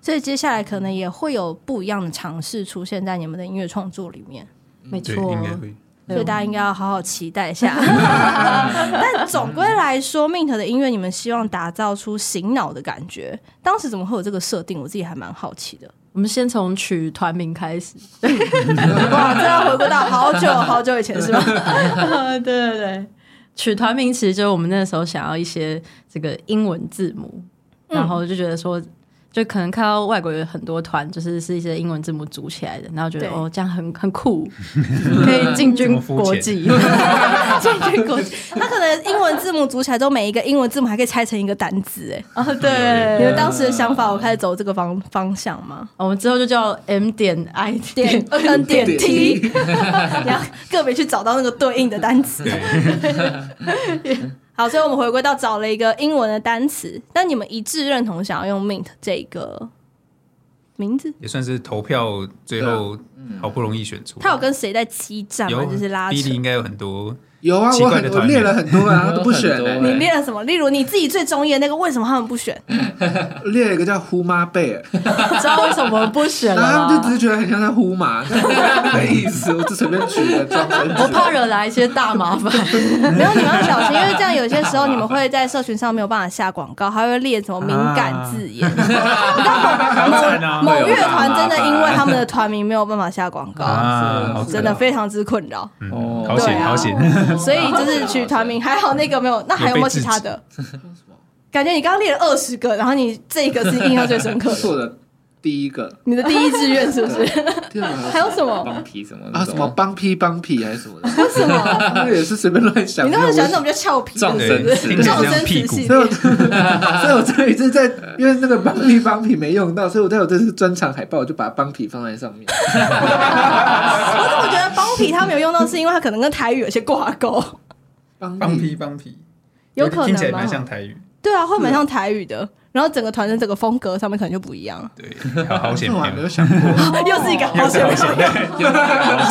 所以接下来可能也会有不一样的尝试出现在你们的音乐创作里面，没嗯对，错应，该会。所以大家应该要好好期待一 *laughs* 下。但总归来说，Mint 的音乐你们希望打造出醒脑的感觉，当时怎么会有这个设定？我自己还蛮好奇的。我们先从取团名开始，哇，这要回归到好久好久以前 *laughs* 是吗？对对对，取团名其实就是我们那时候想要一些这个英文字母，嗯然后就觉得说，就可能看到外国有很多团，就是是一些英文字母组起来的，然后觉得对哦，这样很 *laughs* 很酷，可以进军国际， *laughs* 进军国际。它可能英文字母组起来之后，每一个英文字母还可以拆成一个单字。哎，哦，对，你们当时的想法，我开始走这个方方向吗？我们之后就叫 M 点 I 点点 *laughs* N 点 T，你 *laughs* 要个别去找到那个对应的单词。好，所以我们回归到找了一个英文的单词，但你们一致认同想要用 mint 这个名字？也算是投票，最后好不容易选出。他有跟谁在激战吗？有就是拉扯比。利应该有很多，有啊，奇我怪很的我团列名了很多啊，都 *laughs* 不选、有很欸哎多，你列了什么？例如你自己最中意的那个，为什么他们不选？列了一个叫呼妈贝尔。知道为什么不选了然后他啊们就只吗？是觉得很像在呼麻，但是没意 *laughs* 思，我就随便举个装成我怕惹来一些大麻 *laughs* 烦，没有，你们要小心，因为这样有些时候你们会在社群上没有办法下广告，还会列什么敏感字眼。你知道好某惨啊！某某乐团真的因为他们的团名没有办法下广告，啊，好惨真的非常之困扰。嗯哦好对险啊好险，所以就是取团名，还好那个没有，那还有没有其他的？感觉你刚刚列了二十个，然后你这个是印象最深刻 *laughs* 是我的，的第一个，你的第一志愿是不是？第二个还有什么？放屁什么啊那什种么帮批帮批还是什么的，为什么？ *laughs* 那也是随便乱想。你都很喜欢那种所比较俏皮的，撞是不对是？听起来撞像声屁词股系以列我， *laughs* 所以我这一次在，因为那个帮批帮批没用到，所以我在我这次专场海报我就把帮批放在上面。我怎么觉得邦皮他没有用到，是因为他可能跟台语有些挂钩，帮帮批皮帮皮， *laughs* 有可听起能吗来蛮？像台语。对啊，会蛮像台语的。然后整个团的整个风格上面可能就不一样了，对，好好 *laughs* 险这我还没没有有。想过， *laughs* 又是一个好又是险好没有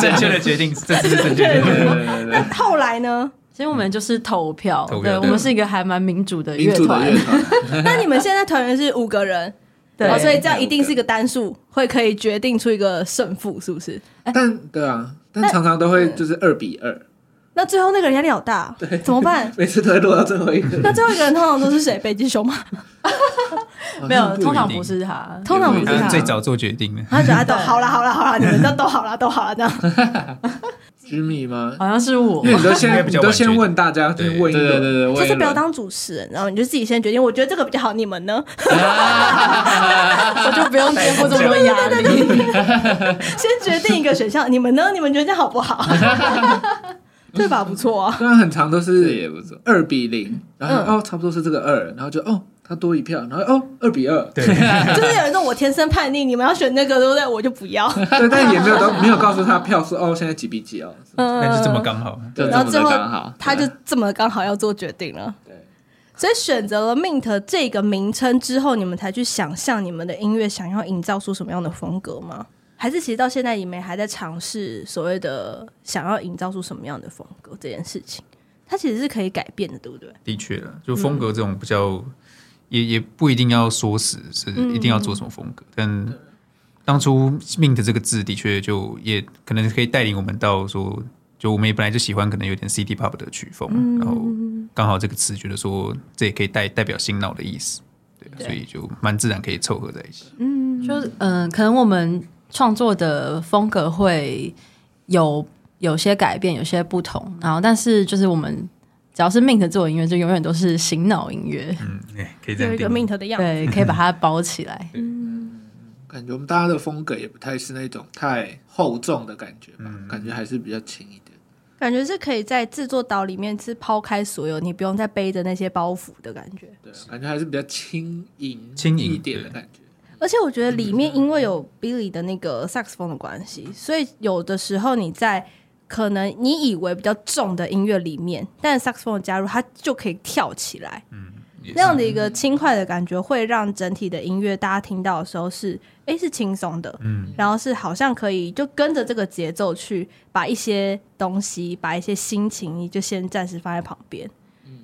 险，对正确的决定，这是正 *laughs* 确的决定。那后来呢？所以我们就是投票，投票对对我们是一个还蛮民主的民乐主的团乐，团，那你们现在团员是五个人，对哦，所以这样一定是一个单数，会可以决定出一个胜负，是不是？但对啊，但常常都会就是二比二，那最后那个人压力好大，啊怎么 *laughs*？办每次都会落到最后一个。那最后一个人通常都是谁？北极熊吗？没有，呃通常定不是他，通常不是他他。最早做决定的，他觉得都好啦好啦好啦，你们都都好啦都好啦这样。 Jimmy 吗？好像是 *laughs* 我因。为你都应该先比你较都晚决定先问大家，对先问一对对个对对，我就也是不要有当主持人，然后你就自己先决定。我觉得这个比较好，你们呢？我就不用肩负 *laughs* 这么多压力。先决定一个选项，你们呢？你们觉得这样好不好？对吧？不错啊。虽然很长都这是也不错。二比零，然后、嗯哦差不多是这个二，然后就哦他多一票，然后哦二比二，对，就是有人说我天生叛逆，你们要选那个，对不对？我就不要。对，但也没有到没有告诉他票数哦现在几比几哦，嗯那就这么刚好。就然这后么最的后刚好，他就这么刚好要做决定了。对，所以选择了 Mint 这个名称之后，你们才去想象你们的音乐想要营造出什么样的风格吗？还是其实到现在你们还在尝试所谓的想要营造出什么样的风格这件事情？它其实是可以改变的，对不对？的确了，就风格这种比较，也也不一定要说死是一定要做什么风格，但当初 mint 这个字的确就也可能可以带领我们到说，就我们也本来就喜欢可能有点 city pop 的曲风，然后刚好这个词觉得说这也可以代代表新脑的意思，对，啊所以就蛮自然可以凑合在一起。就是嗯、呃可能我们创作的风格会有有些改变，有些不同。然后，但是就是我们只要是 Mint 做的音乐，就永远都是醒脑音乐，嗯，哎，可以这有样一个定 Mint 的样子，对，可以把它包起来。感觉我们大嗯家的风格也不太是那种太厚重的感觉吧，感觉还是比较轻一点。感觉是可以在制作岛里面是抛开所有，你不用再背着那些包袱的感觉。对，啊感觉还是比较轻盈、轻盈一点的对感觉。而且我觉得里面因为有 Billy 的那个萨克斯风的关系，所以有的时候你在可能你以为比较重的音乐里面，但萨克斯风的加入，它就可以跳起来。嗯也是那样的一个轻快的感觉，会让整体的音乐大家听到的时候是，哎、是轻松的，嗯，然后是好像可以就跟着这个节奏去把一些东西，把一些心情，你就先暂时放在旁边，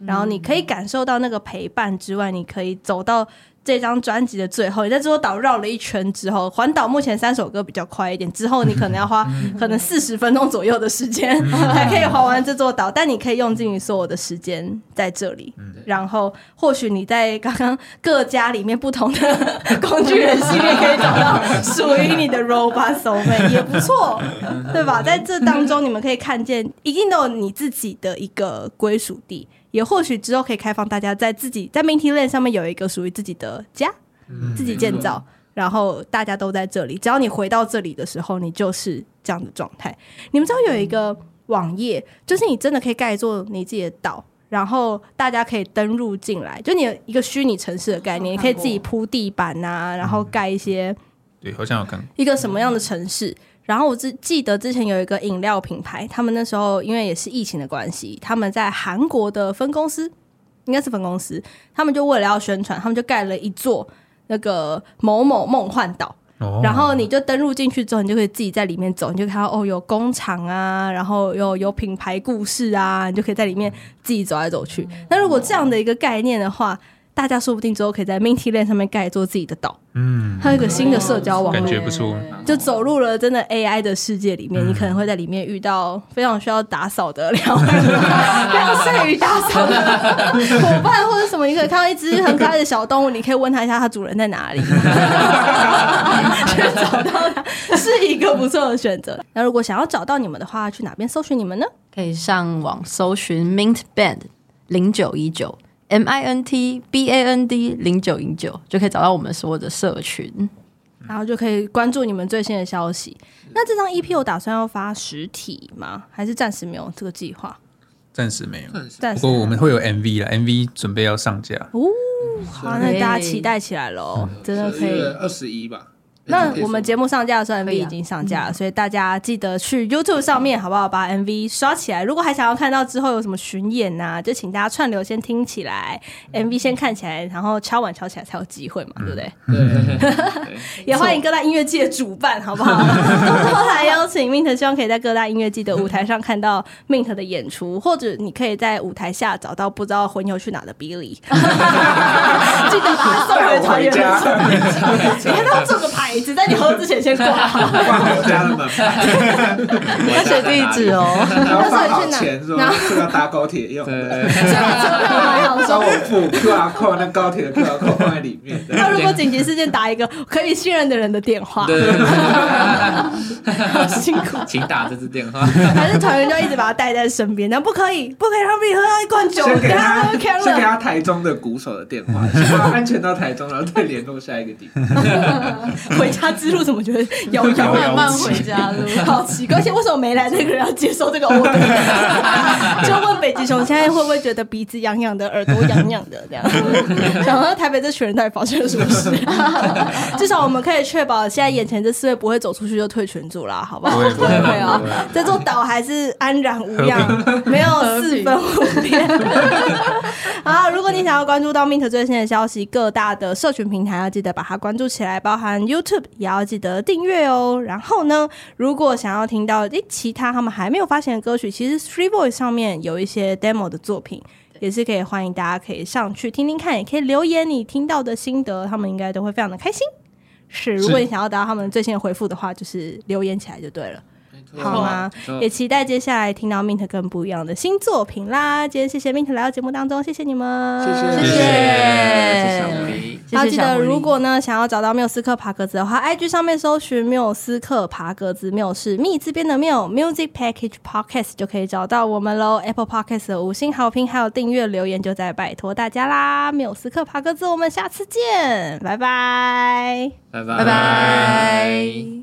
然后你可以感受到那个陪伴之外，你可以走到这张专辑的最后，你在这座岛绕了一圈之后，环岛目前三首歌比较快一点，之后你可能要花可能四十分钟左右的时间才可以环完这座岛，但你可以用尽你所有的时间在这里，然后或许你在刚刚各家里面不同的工具人系列可以找到属于你的 robot 手妹也不错，对吧？在这当中你们可以看见，一定都有你自己的一个归属地。也或许之后可以开放大家在自己在 Minty Land 上面有一个属于自己的家，自己建造，然后大家都在这里。只要你回到这里的时候，你就是这样的状态。你们知道有一个网页，就是你真的可以盖一座你自己的岛。然后大家可以登录进来，就你有一个虚拟城市的概念，你可以自己铺地板啊，然后盖一些对，好像有看过，一个什么样的城市。然后我只记得之前有一个饮料品牌，他们那时候因为也是疫情的关系，他们在韩国的分公司，应该是分公司，他们就为了要宣传，他们就盖了一座那个某某梦幻岛。哦然后你就登录进去之后，你就可以自己在里面走，你就看到哦，有工厂啊，然后有有品牌故事啊，你就可以在里面自己走来走去。嗯那如果这样的一个概念的话，大家说不定之后可以在 Minty Land 上面盖一座自己的岛，嗯，还有一个新的社交网感络。觉不错，就走入了真的 AI 的世界里面，你可能会在里面遇到非常需要打扫的两位非常善于打扫的伙伴或者什么，你可以看到一只很可爱的小动物，你可以问它一下它主人在哪里，去找到它是一个不错的选择。那如果想要找到你们的话，去哪边搜寻你们呢？可以上网搜寻 Mint Band 零九一九 M I N T B A N D 零九一九，就可以找到我们所有的社群。然后就可以关注你们最新的消息。那这张 EP 我打算要发实体吗？还是暂时没有这个计划？暂时没有。暂不时过我们会有 MV 啦 m v 准备要上架，哦，好，那大家期待起来喽，真的可以。二十一吧。哎那我们节目上架的时候可以，MV 啊已经上架了，所以大家记得去 YouTube 上面，好不好？把 MV 刷起来。如果还想要看到之后有什么巡演呐、就请大家串流先听起来，MV 嗯先看起来，然后敲碗敲起来才有机会嘛，对不对？ *laughs* 也欢迎各大音乐季的主办，好 *laughs* 不好？多多来邀请 Mint，希望可以在各大音乐季的舞台上看到 Mint 的演出，或者你可以在舞台下找到不知道魂游去哪的 *laughs* Billy，记得把他送回团员的手机。 *laughs* 你看他做个牌子，在你喝之前先挂 *laughs* 好。挂我家的 *laughs* 门牌，要写地址哦，然后那放时候好你去哪钱说然后这个搭高铁用的，那帮我付 QR code 那高铁的 QR code 放在里面。这样如果紧急事件打一个可以信任的人的电话， *laughs* 辛苦，请打这支电话。还是团员就一直把他带在身边，那不可以，不可以让别人喝到一罐酒，先给他他喝干先给了。他台中的鼓手的电话，先把他安全到台中，然后再联络下一个地方。 *laughs* 回家之路怎么觉得遥遥慢慢回家路。好奇怪，而且为什么没来那个人要接受这个 order？就 *laughs* 问北极熊现在会不会觉得鼻子痒痒的，耳朵痒痒的 *laughs* 这样？想到台北这群人到底发生了什么事？至少我们可以确保现在眼前这四位不会走出去就退群组啦，好不好？不会不会啊，这座岛还是安然无恙， *laughs* 没有四分五裂。 *laughs* 好，如果你想要关注到 Mint 最新的消息，各大的社群平台要记得把它关注起来，包含 YouTube 也要记得订阅哦。然后呢，如果想要听到诶其他他们还没有发行的歌曲，其实 Free Voice 上面有一些 demo 的作品。也是可以欢迎大家可以上去听听看，也可以留言你听到的心得，他们应该都会非常的开心。是，如果你想要得到他们最新的回复的话，就是留言起来就对了。嗯好吗？也期待接下来听到 Mint 更不一样的新作品啦！今天谢谢 Mint 来到节目当中，谢谢你们，谢谢谢哎谢谢然后谢记小得，狐狸如果呢想要找到缪斯克爬格子的话，IG 上面搜寻缪斯克爬格子，缪是密字边的缪，Music Package Podcast 就可以找到我们喽。Apple Podcast 的五星好评还有订阅留言，就在拜托大家啦！缪斯克爬格子，我们下次见，拜拜。拜拜拜拜。